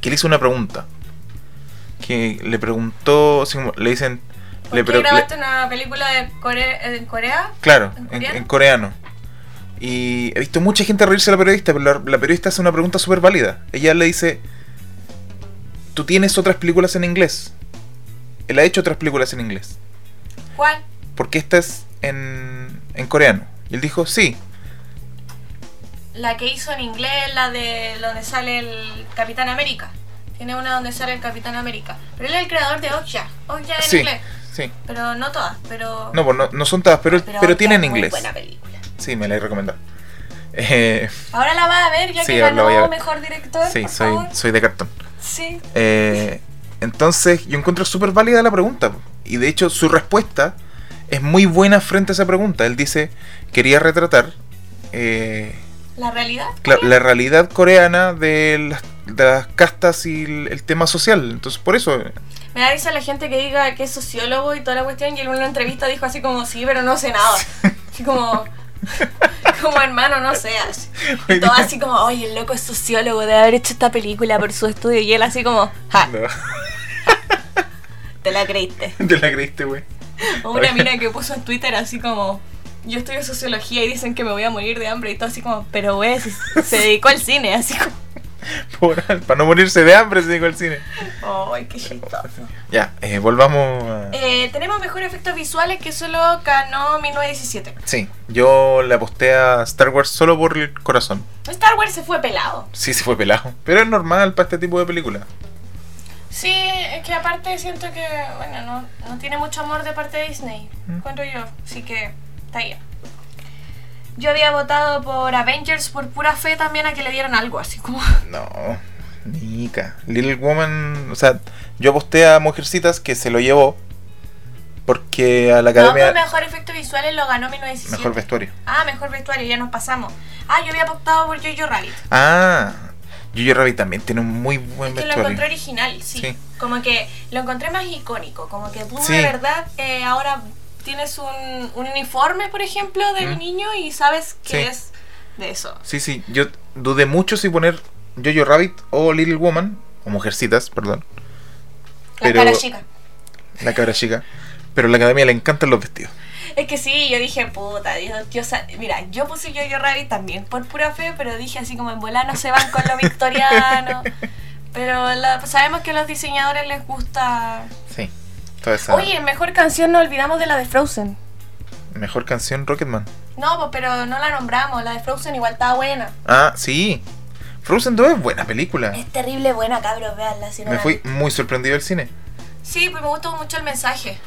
que le hizo una pregunta. Que le preguntó, así como- le dicen...
¿Por
Le
qué
pre- le-
grabaste una película de Core- en Corea?
Claro,
¿En
en en coreano?
coreano? Y
he visto mucha gente reírse de la periodista, pero la, la periodista hace una pregunta súper válida. Ella le dice, tú tienes otras películas en inglés. Él ha hecho otras películas en inglés.
¿Cuál?
¿Por qué esta es en, en coreano? Y él dijo, sí,
La que hizo en inglés, la de donde sale el Capitán América. Tiene una donde sale el Capitán América. Pero él es el creador de Okja. Okja en
sí,
inglés.
sí.
Pero no todas, pero...
No, pues no, no son todas, pero, pero,
Okja
tienen
es muy
inglés.
buena película.
Sí, me la he recomendado. Eh,
Ahora la vas a ver ya
Sí,
que
ahora la
ganó
voy a ver.
mejor director.
sí,
por
soy,
favor.
soy de cartón.
Sí.
Eh, entonces, yo encuentro súper válida la pregunta. Y de hecho, su respuesta es muy buena frente a esa pregunta. Él dice, quería retratar eh,
La realidad.
cla- la realidad coreana de las, de las castas y el, el tema social. Entonces, por eso... eh,
Me da risa la gente que diga que es sociólogo y toda la cuestión y él en una entrevista dijo así como sí, pero no sé nada. Así como, como hermano, no seas. Y todo así como, oye, el loco es sociólogo de haber hecho esta película por su estudio y él así como, ja,
no,
te la creíste.
te la creíste, güey.
O una mina que puso en Twitter así como, yo estudio sociología y dicen que me voy a morir de hambre y todo así como, pero güey, se, se dedicó al cine, así como,
Por- Para no morirse de hambre, se dijo el cine.
ay, qué chistoso.
Ya, eh, volvamos a...
Eh, tenemos mejores efectos visuales que solo ganó 1917.
Sí, yo le aposté a Star Wars solo por el corazón.
Star Wars se fue pelado.
Sí, se fue pelado. Pero es normal para este tipo de película.
Sí, es que aparte siento que, bueno, no, no tiene mucho amor de parte de Disney,
Mm.
encuentro yo, así que está bien. Yo había votado por Avengers por pura fe también a que le dieran algo, así como...
No, Nica. Little Woman, o sea, yo aposté a Mujercitas que se lo llevó porque a la
No,
academia
pero mejor efectos visuales lo ganó 1917.
mejor vestuario.
Ah, mejor vestuario, ya nos pasamos. Ah, yo había apostado por Jojo Rabbit.
Ah, Jojo Rabbit también tiene un muy buen
Es que lo
vestuario.
encontré original, sí.
Sí.
Como que lo encontré más icónico, como que tú
Sí.
de verdad eh, ahora tienes un, un uniforme, por ejemplo, del
Mm.
niño y sabes que
Sí.
es de eso.
Sí, sí, yo dudé mucho si poner Jojo Rabbit o Little Woman o Mujercitas, perdón,
La
Pero-
cara chica.
la cabra chica, pero a la academia le encantan los vestidos.
Es que sí, yo dije, puta, Dios, yo sa- mira, yo puse Yo-Yo Rabbit también por pura fe, pero dije así como en volano se van con lo victoriano. Pero la- sabemos que a los diseñadores les gusta...
Sí. Toda esa
Oye, mejor canción no olvidamos de la de Frozen.
mejor canción Rocketman.
No, pues, pero no la nombramos, la de Frozen igual estaba buena.
Ah, sí. Frozen 2 es buena película.
Es terrible buena, cabros, veanla. Si no
Me
la-
fui muy sorprendido del cine.
Sí, pues me gustó mucho el mensaje.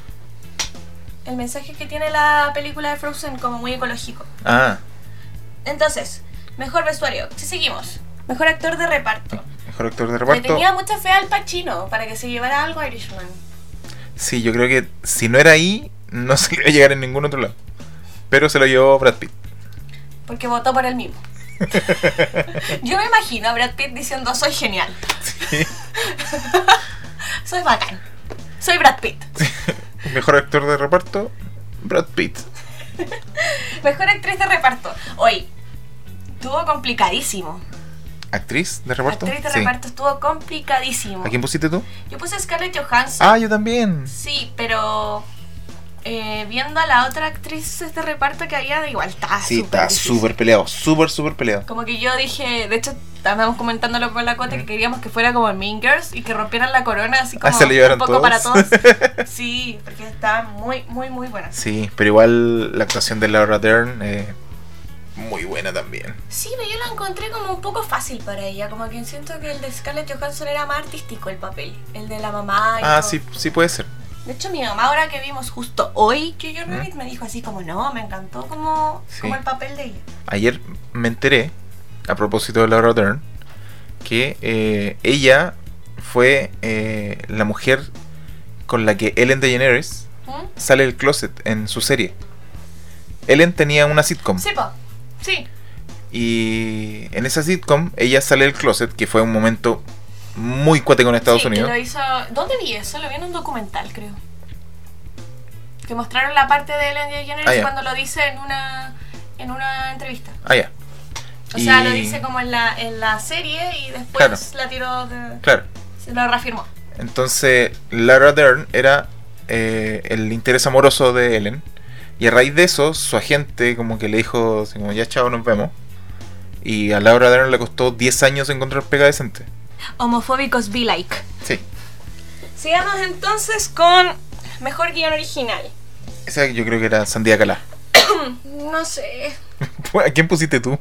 El mensaje que tiene la película de Frozen como muy ecológico.
Ah,
Entonces, mejor vestuario. Sí, seguimos. Mejor actor de reparto.
mejor actor de
Le
reparto.
tenía mucha fe al Pacino para que se llevara algo a Irishman.
Sí, yo creo que si no era ahí, no se le iba a llegar en ningún otro lado. Pero se lo llevó Brad Pitt.
Porque votó por él mismo. Yo me imagino a Brad Pitt diciendo, soy genial. soy bacán. Soy Brad Pitt.
Mejor actor de reparto, Brad Pitt.
Mejor actriz de reparto. Hoy, estuvo complicadísimo.
¿Actriz de reparto?
Actriz de
Sí.
reparto estuvo complicadísimo.
¿A quién pusiste tú?
Yo puse a Scarlett Johansson.
Ah, yo también.
Sí, pero eh, viendo a la otra actriz de este reparto que había, igual está
Sí, está
difícil.
súper peleado, súper, súper peleado.
Como que yo dije, de hecho, estábamos comentándolo con la Cote que queríamos que fuera como Mean Girls y que rompieran la corona así como
Ah, se la llevaran
un poco
todos.
para todos. Sí, porque estaban muy, muy, muy buenas.
Sí, pero igual la actuación de Laura Dern eh, muy buena también.
Sí, pero yo la encontré como un poco fácil para ella, como que siento que el de Scarlett Johansson era más artístico el papel, el de la mamá. y
Ah,
todo.
sí, sí puede ser.
De hecho, mi mamá ahora que vimos justo hoy que yo Rabbit
¿Mm?
me dijo así como, no, me encantó como,
Sí.
como el papel de ella.
Ayer me enteré, a propósito de Laura Dern, que eh, ella fue eh, la mujer con la que Ellen DeGeneres
¿Mm?
sale del closet en su serie. Ellen tenía una sitcom
Sí, po. Sí.
y en esa sitcom ella sale del closet, que fue un momento muy cuate con Estados
Sí, que
Unidos.
Lo hizo... ¿Dónde vi eso? Lo vi en un documental, creo. Que mostraron la parte de Ellen DeGeneres
Ah, ya.
cuando lo dice en una, en una entrevista.
Ah, ya.
O sea, lo
Y-
dice como en la, en la serie y después la tiró de-
Claro.
se lo reafirmó.
Entonces, Lara Dern era eh, el interés amoroso de Ellen. Y a raíz de eso, su agente como que le dijo, así como ya chao, nos vemos. Y a Laura Dern le costó 10 años encontrar pega decente.
Homofóbicos be like.
Sí.
Sigamos entonces con mejor guión original.
Esa yo creo que era Sandía Calá.
No sé.
¿A quién pusiste tú?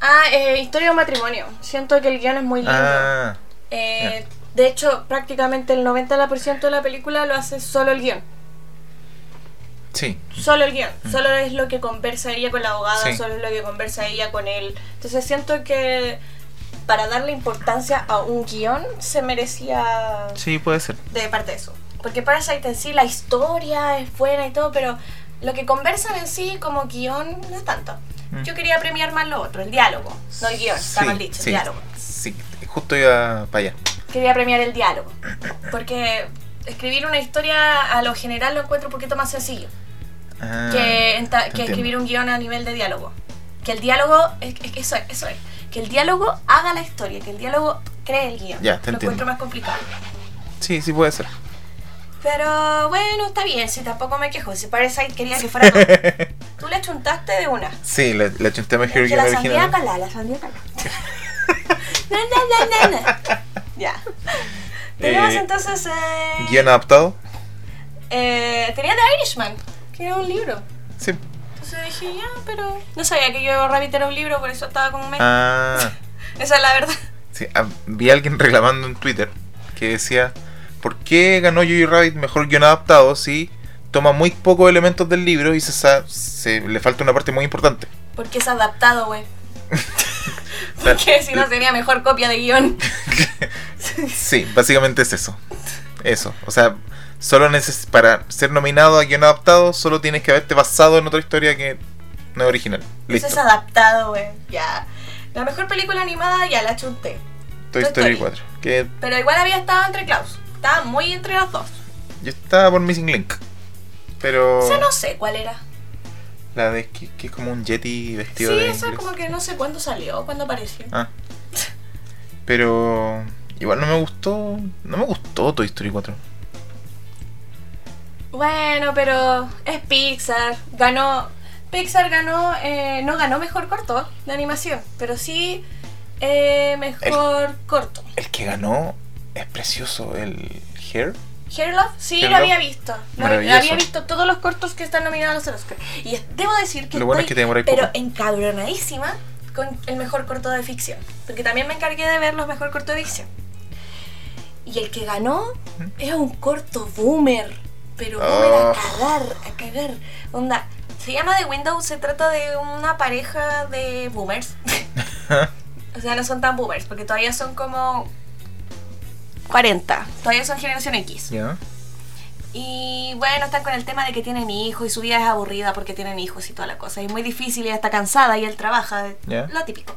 Ah, eh, historia de un matrimonio. Siento que el guión es muy lindo.
Ah,
Eh, De hecho, prácticamente el 90% de la película lo hace solo el guión.
sí.
Solo el guión. Solo es lo que conversa ella con la abogada,
Mm. Sí.
solo es lo que conversa ella con él. Entonces siento que para darle importancia a un guión se merecía
Sí, puede ser.
de parte de eso. Porque Parasite en sí, la historia es buena y todo, pero lo que conversan en sí como guión no es tanto.
Mm.
Yo quería premiar más lo otro, el diálogo, no el guión, está
Sí,
mal dicho,
sí,
el diálogo.
Sí, justo iba para allá.
Quería premiar el diálogo, porque escribir una historia a lo general lo encuentro un poquito más sencillo
Ah,
que, enta-
te
que
entiendo.
escribir un guión a nivel de diálogo. Que el diálogo, es, es que eso es, eso es, que el diálogo haga la historia, que el diálogo cree el guión.
Ya, te
lo
entiendo.
encuentro más complicado.
Sí, sí puede ser.
Pero bueno, está bien, si tampoco me quejo. Si Parasite quería que fuera todo. Tú le chuntaste de una.
sí, la, la chunté mejor
Es
que
que
la
la sandía
original.
calá, la sandía calá. na, na, na, na, na. Ya. Tenemos
Eh,
entonces. Eh,
Guión adaptado.
eh, tenía The Irishman, que era un libro.
Sí.
Entonces dije, ya, pero. No sabía que yo Rabbit era un libro, por eso estaba como medio.
Ah.
Esa es la verdad.
Sí, ah, vi a alguien reclamando en Twitter que decía, ¿por qué ganó Jojo Rabbit mejor guión adaptado si toma muy pocos elementos del libro y se, sa- se le falta una parte muy importante?
Porque es adaptado, güey.
Claro.
Porque si no tenía mejor copia de guión.
Sí, básicamente es eso. Eso, o sea, solo neces- para ser nominado a guión adaptado solo tienes que haberte basado en otra historia que no es original.
Eso
Listo.
es adaptado, güey. Ya. La mejor película animada ya la chunté.
Toy
Toy
Story
Story.
4. Que
Pero igual había estado entre Klaus. Estaba muy entre los dos.
yo estaba por Missing Link. Pero
O sea, no sé cuál era.
la de que, que es como un yeti
Sí,
vestido de
eso
inglés.
como que no sé cuándo salió, cuándo apareció.
Ah. Pero igual no me gustó. No me gustó Toy Story 4.
Bueno, pero es Pixar. Ganó. Pixar ganó. eh, no ganó mejor corto de animación, pero sí eh, mejor corto.
El que ganó es precioso, el Hair.
Hair Love, sí,
Hair
lo
Love.
había visto. Lo
Maravilloso.
había visto todos los cortos que están nominados a los Oscar. Y es- debo decir que
Lo bueno es que
estoy
te demoráis
pero
poco.
encabronadísima con el mejor corto de ficción. Porque también me encargué de ver los mejor cortos de ficción. Y el que ganó
¿Mm?
es un corto boomer. Pero boomer
Oh.
a cagar, a cagar. Onda, se llama The Window, se trata de una pareja de boomers. o sea, no son tan boomers, porque todavía son como 40. Todavía son generación X.
Ya.
Y bueno, están con el tema de que tienen hijos y su vida es aburrida porque tienen hijos y toda la cosa. Y es muy difícil y está cansada y él trabaja,
Ya.
lo típico.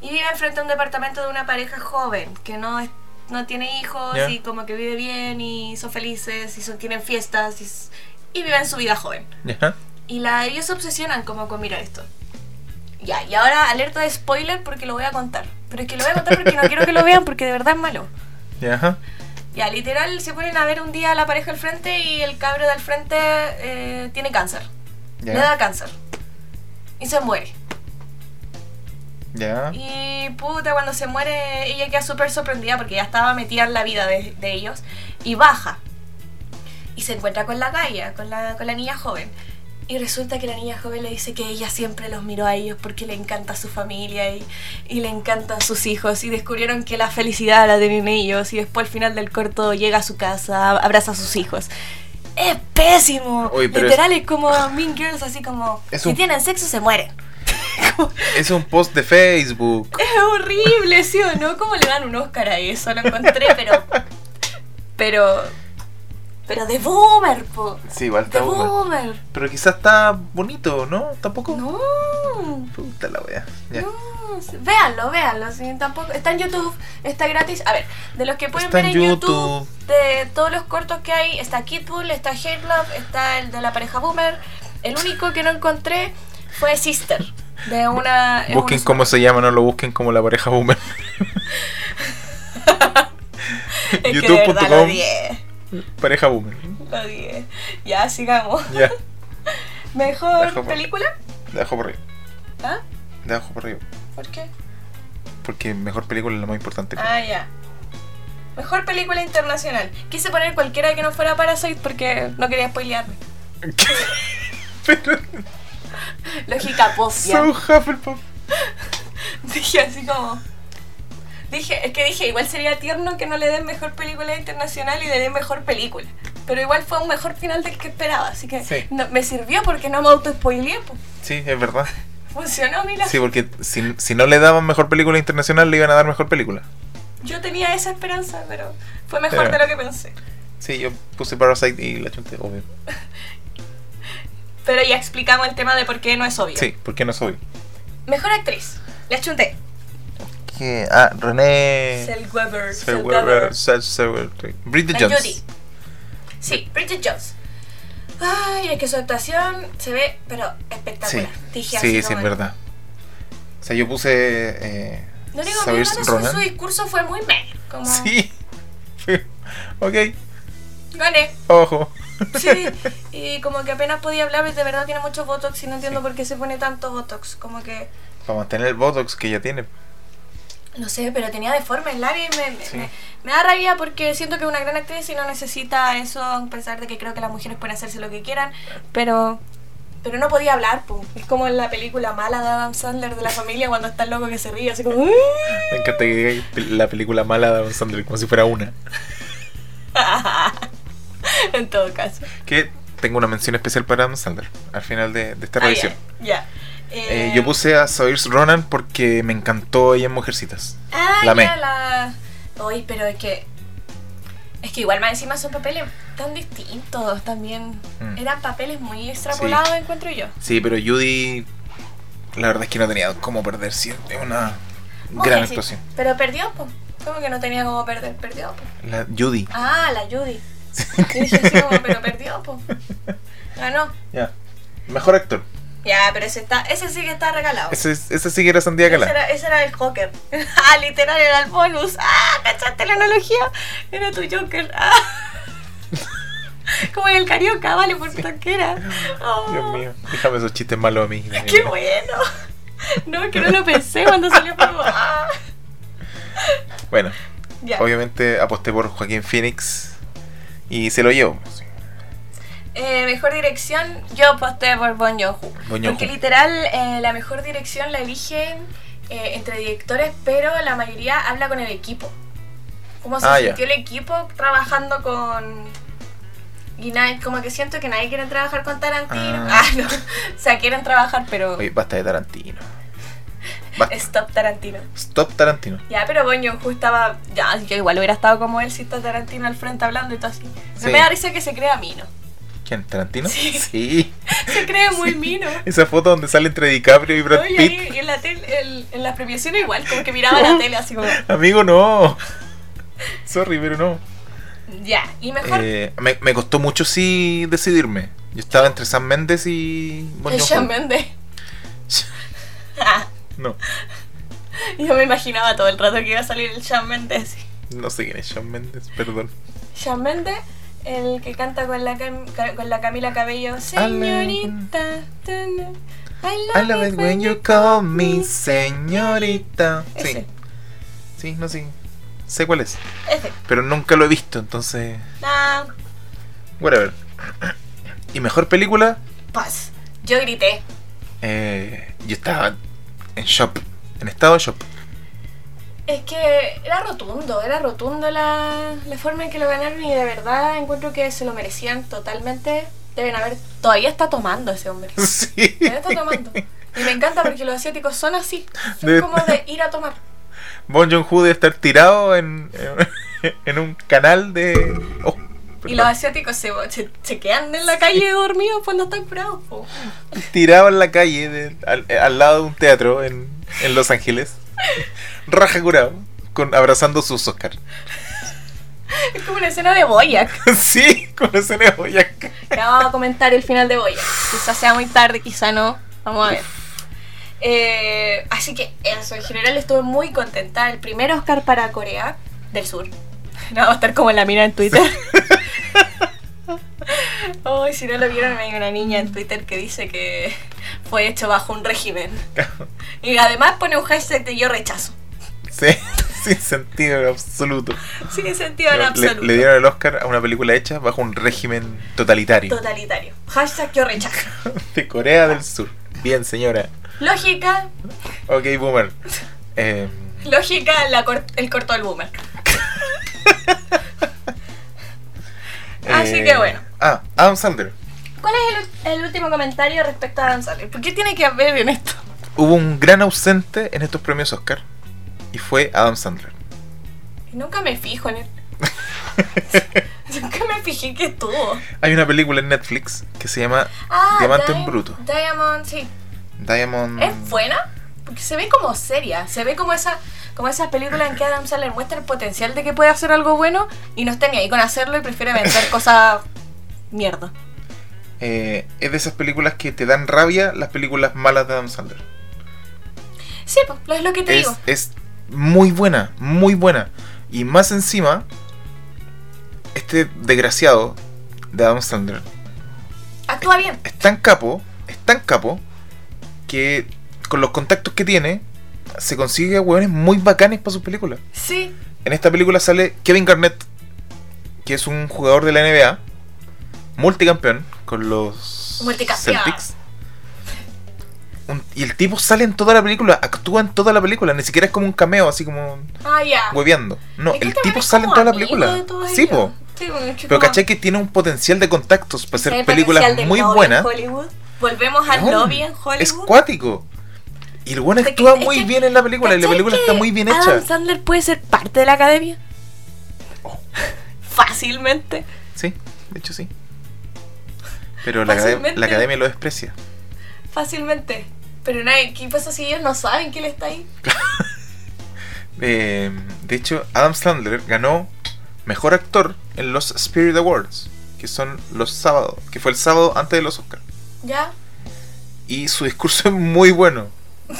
Y vive enfrente a un departamento de una pareja joven que no es- no tiene hijos
Ya.
y como que vive bien y son felices y son, tienen fiestas y, s- y viven su vida joven.
Ya.
Y la, ellos se obsesionan como con mirar esto. Ya, y ahora alerta de spoiler porque lo voy a contar. Pero es que lo voy a contar porque no quiero que lo vean porque de verdad es malo.
Ya.
Ya, literal, se ponen a ver un día a la pareja al frente y el cabro del frente eh, tiene cáncer. Le da
Ya.
cáncer. Y se muere.
Ya.
Y puta, cuando se muere, ella queda súper sorprendida porque ya estaba metida en la vida de, de ellos. Y baja. Y se encuentra con la Gaia, con la, con la niña joven. Y resulta que la niña joven le dice que ella siempre los miró a ellos porque le encanta su familia y, y le encantan sus hijos. Y descubrieron que la felicidad la tienen ellos. Y después al final del corto llega a su casa, abraza a sus hijos. Es pésimo.
Oye, pero
Literal es... como Mean Girls, así como...
Es
si
un-
tienen sexo se mueren.
Es un post de Facebook.
Es horrible, ¿sí o no? ¿Cómo le dan un Oscar a eso? Lo encontré, pero. Pero. Pero de boomer, po.
Sí, igual
De
está bueno.
boomer.
Pero quizás está bonito, ¿no? Tampoco.
No.
Puta la wea. Ya.
No. sí, Véanlo, véanlo. sí, tampoco. Está en YouTube, está gratis. A ver, de los que pueden
Está
ver
en
en YouTube,
YouTube.
de todos los cortos que hay, está Kid Bull, está Hate Love, está el de la pareja boomer. El único que no encontré fue Sister. De una. es
Busquen
un-
cómo se llama, no lo busquen como la pareja boomer.
es que de verdad
YouTube.com.
lo odié,
Pareja boomer.
lo odié. Ya, sigamos.
Ya.
¿Mejor
Mejor por-
película?
De abajo por arriba.
¿Ah?
De abajo por arriba.
¿Por qué?
Porque mejor película es lo más importante.
Ah, ya. Mejor película internacional. Quise poner cualquiera que no fuera Parasite porque no quería spoilearme.
Pero.
Lógica pofia.
So Hufflepuff.
Dije así como. Dije, es que dije, igual sería tierno que no le den mejor película internacional y le den mejor película. Pero igual fue un mejor final del que esperaba, así que
Sí.
no- me sirvió porque no me auto-spoileé. pues.
Sí, es verdad.
Funcionó, mira.
Sí, porque si, si no le daban mejor película internacional, le iban a dar mejor película.
Yo tenía esa esperanza, pero fue mejor
Pero-
de lo que pensé.
Sí, yo puse Parasite y la chunté, obvio.
Pero ya explicamos el tema de por qué no es obvio.
Sí, porque no soy.
Mejor actriz. La chunté.
¿Qué? Ah, René.
Weber.
Selweber. Sel- Selweber. Bridget
La Judy.
Jones.
Sí, Bridget Jones. Ay, es que su actuación se ve, pero
Sí,
espectacular. Dije así
sí, sí,
como-
es verdad. O sea, yo puse. Eh,
Lo único que me
Saoirse
malo es que
Ronan.
su discurso fue muy meh. Como,
Sí. ok,
gané.
ojo.
Sí, y como que apenas podía hablar, de verdad tiene muchos botox y no entiendo por qué se pone tanto botox. Como que,
Para mantener el botox que ya tiene.
no sé, pero tenía deforme el labio y me, me-
Sí.
me- me da rabia porque siento que es una gran actriz y no necesita eso, a pesar de que creo que las mujeres pueden hacerse lo que quieran, pero pero no podía hablar, po. es como en la película mala de Adam Sandler de la familia cuando está el loco que se ríe, así como... "Uh".
Me encanta que diga pel- la película mala de Adam Sandler, como si fuera una.
en todo caso.
Que tengo una mención especial para Adam Sandler al final de, de esta
Ah,
revisión.
ya, ya.
Eh,
Eh,
yo puse a Saoirse Ronan porque me encantó ella en Mujercitas.
Ah,
La
la
amé.
la... Oye, pero es que... Es que igual más encima son papeles tan distintos también.
Mm.
Eran papeles muy extrapolados, encuentro yo.
Sí, pero Judy, la verdad es que no tenía cómo perder. Sí, es una
Oye,
gran
sí,
actuación.
Pero perdió, pues. Como que no tenía como perder, perdió, po.
La Judy.
Ah, la Judy. Y dije así como, pero perdió, po. Ganó.
Ya. Mejor actor.
Ya, pero ese, está, ese sí que está regalado.
Ese, ese sí que era Sandía
Ese
Galá.
era, ese era el Joker. Ah, literal, era el bonus. Ah, ¿cachaste la analogía? Era tu Joker. Ah. Como en el carioca, vale, por tonquera. Oh,
Dios mío, déjame esos chistes malos a mí.
¡Qué bueno! No, que no lo pensé cuando salió por... Ah.
Bueno,
Ya.
obviamente aposté por Joaquín Phoenix y se lo llevo.
Eh, mejor dirección, yo aposté por Bon Joon-ho.
Bon
Porque
Joon-ho.
literal, eh, la mejor dirección la eligen eh, entre directores, pero la mayoría habla con el equipo. Como se
Ah, ya.
sintió el equipo trabajando con... Y nadie- como que siento que nadie quiere trabajar con Tarantino.
Ah.
Ah, no. O sea, quieren trabajar, pero...
Oye, basta de Tarantino. Basta.
Stop Tarantino.
Stop Tarantino.
Ya, pero Bon Joon-ho estaba... Ya, yo igual hubiera estado como él si está Tarantino al frente hablando y todo así. Pero
Sí.
Me da risa que se crea mino.
¿Quién? ¿Tarantino?
Sí.
Sí.
Se cree muy mino.
Esa foto donde sale entre DiCaprio y Brad
No, y
Pitt.
ahí en, la tele, el- en las premiaciones igual, como que miraba la tele así como,
Amigo, no. Sorry, pero no.
ya, y mejor
Eh, me, me costó mucho sí decidirme. Yo estaba entre Sam Méndez y Bon
el
Joon-ho.
Shawn Mendes.
No,
Yo me imaginaba todo el rato que iba a salir el Shawn Mendes.
no sé quién es Shawn Mendes, perdón.
Shawn Mendes, el que canta con la, Cam- con la Camila Cabello, señorita. ta, na,
I love it when you call me señorita. Sí.
Ese.
Sí, no sé. Sé cuál es.
Ese.
Pero nunca lo he visto, entonces.
Nah,
Whatever. Y mejor película.
paz. Yo grité.
eh, yo estaba en shop. En estado de shop.
Es que era rotundo, era rotundo la, la forma en que lo ganaron y de verdad encuentro que se lo merecían totalmente. Deben haber... Todavía está tomando ese hombre.
Sí.
Todavía está tomando. Y me encanta porque los asiáticos son así. Son
Debe
como de ir a tomar.
Bon Joon-ho debe estar tirado en, en, en un canal de. Oh,
Y los
perdón.
asiáticos se, se, se quedan en la calle dormidos cuando están curados. po.
tirado en la calle, de- al, al lado de un teatro en, en Los Ángeles. Raja curado. Con, abrazando sus Oscar.
Es como una escena de Boyac.
sí, con ese neo ya.
Ya vamos a comentar el final de Boyac. Quizás sea muy tarde, quizá no. Vamos a ver. Eh, así que eso, en general estuve muy contenta. El primer Oscar para Corea del Sur. No, va a estar como la mina en Twitter. Ay, si no lo vieron, hay una niña en Twitter que dice que fue hecho bajo un régimen. Y además pone un hashtag de yo rechazo.
Sí, sin sentido en absoluto.
Sin sentido en
Le-
absoluto.
Le, dieron el Oscar a una película hecha bajo un régimen totalitario
Totalitario. Hashtag yo rechazo.
de Corea del Sur. Bien, señora.
Lógica,
Ok, boomer. Eh,
lógica la cor- el corto del boomer. Así
eh,
que bueno.
Ah, Adam Sandler.
¿Cuál es el, el último comentario respecto a Adam Sandler? ¿Por qué tiene que haber en esto?
Hubo un gran ausente en estos premios Oscar y fue Adam Sandler.
Nunca me fijo en él. Nunca me fijé que estuvo.
Hay una película en Netflix que se llama
Ah,
Diamante en
Dia-
Bruto. Mm.
Diamond, sí.
Diamond.
¿Es buena? Porque se ve como seria, se ve como esa como esas películas en que Adam Sandler muestra el potencial de que puede hacer algo bueno y no está ni ahí con hacerlo y prefiere vender cosas mierda.
Eh, es de esas películas que te dan rabia las películas malas de Adam Sandler.
Sí, pues es lo que te
Es,
digo.
es muy buena, muy buena. Y más encima, este desgraciado de Adam Sandler
Actúa bien.
es tan capo, es tan capo, que con los contactos que tiene, se consigue hueones muy bacanes para sus películas.
Sí,
En esta película sale Kevin Garnett, que es un jugador de la NBA, multicampeón con los
Multicampeón.
Celtics. Un- y el tipo sale en toda la película, actúa en toda la película, ni siquiera es como un cameo, así como
Ah, ya.
hueveando. No,
Es que
el
este
tipo
man es
sale en
como
toda la
amigo
película.
de todos
Sí,
ellos.
po.
Sí, po, es que
Pero
como-
caché que tiene un potencial de contactos para
Ese
hacer
potencial
películas
del
muy
lobby en
buenas.
Hollywood. Volvemos al
Weón,
lobby en
Es
Hollywood.
cuático. Y el buen
Es que-
actúa
es
muy
que-
bien en la película y la
¿Cachai
película
que
está muy bien
Adam
hecha.
Sandler puede ser parte de la academia.
Oh.
Fácilmente.
Sí, de hecho sí. Pero la, acade-
Fácilmente.
la academia lo desprecia.
Fácilmente. Pero nadie, ¿qué pasa si ellos no saben que él está ahí?
Eh, de hecho, Adam Sandler ganó mejor actor en los Spirit Awards, que son los sábados, que fue el sábado antes de los Oscars.
¿Ya?
Y su discurso es muy bueno.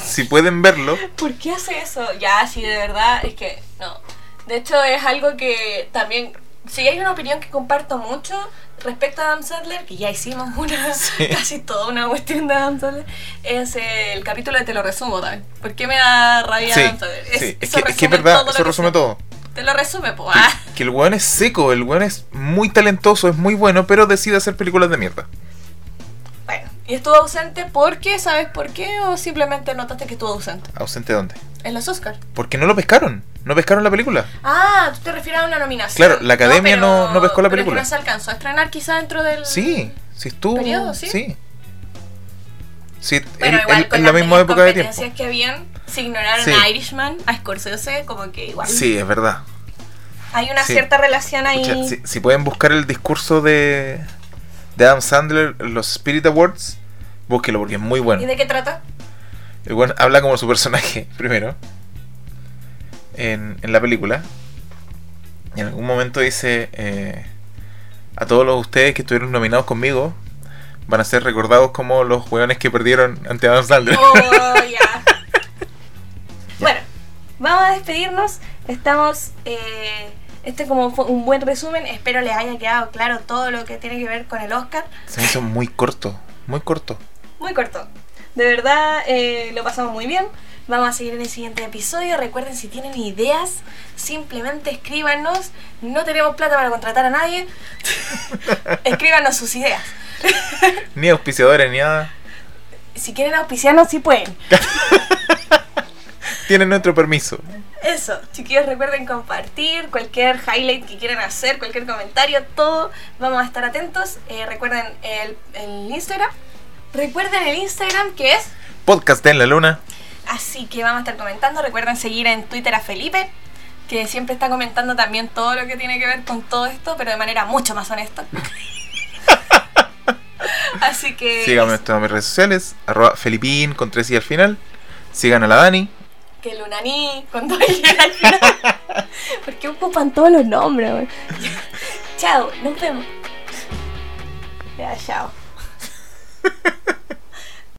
Si pueden verlo,
¿Por qué hace eso? Ya, sí, de verdad, es que no. De hecho, es algo que también. Sí, hay una opinión que comparto mucho respecto a Adam Sandler, que ya hicimos una,
Sí.
casi toda una cuestión de Adam Sandler, es el capítulo de Te lo resumo también. ¿Por qué me da rabia
sí,
Adam Sandler?
sí, es,
eso
que, es que es
resume
verdad,
todo lo
eso
que
resume
sé.
todo.
Te lo resume, po.
Que,
ah.
que el weón es seco, el weón es muy talentoso, es muy bueno, pero decide hacer películas de mierda.
Bueno, y estuvo ausente porque, ¿sabes por qué? ¿O simplemente notaste que estuvo ausente?
¿Ausente dónde?
En los Oscars.
Porque no lo pescaron, no pescaron la película.
Ah, tú te refieres a una nominación.
Claro, la academia no- no pescó la
pero es que
película.
no se alcanzó a estrenar quizá dentro del.
Sí, sí estuvo.
periodo, ¿sí?
sí. Sí,
Pero
él-
igual
él-
con
en la
las
misma
mismas
época de tiempo.
competencias que habían, se ignoraron
Sí.
a Irishman, a Scorsese, como que igual.
Sí, es verdad.
Hay una
Sí.
cierta relación ahí.
Pucha, si, si pueden buscar el discurso de, de Adam Sandler en los Spirit Awards, búsquelo porque es muy bueno.
¿Y de qué trata?
El weón habla como su personaje primero en, en la película. Y en algún momento dice: eh, A todos los ustedes que estuvieron nominados conmigo van a ser recordados como los hueones que perdieron ante Adam Sandler.
Oh, ya. Bueno, vamos a despedirnos. Estamos. eh, este como fue un buen resumen. Espero les haya quedado claro todo lo que tiene que ver con el Oscar.
Se me hizo muy corto, muy corto.
Muy corto. De verdad, eh, lo pasamos muy bien. Vamos a seguir en el siguiente episodio. Recuerden, si tienen ideas, simplemente escríbanos. No tenemos plata para contratar a nadie. escríbanos sus ideas.
Ni auspiciadores ni nada.
Si quieren auspiciarnos, sí pueden.
Tienen nuestro permiso.
Eso, chiquillos, recuerden compartir cualquier highlight que quieran hacer, cualquier comentario, todo. Vamos a estar atentos. Eh, recuerden el, el Instagram. Recuerden el Instagram que es.
Podcast en la luna.
Así que vamos a estar comentando. Recuerden seguir en Twitter a Felipe, que siempre está comentando también todo lo que tiene que ver con todo esto, pero de manera mucho más honesta. Así que.
Síganme en
eso.
todas mis redes sociales. Arroba Felipín con tres y al final. Sigan a la Dani.
Que Lunaní, cuando llega al final. ¿Por qué ocupan todos los nombres, güey? Chao, nos vemos. Ya, chao.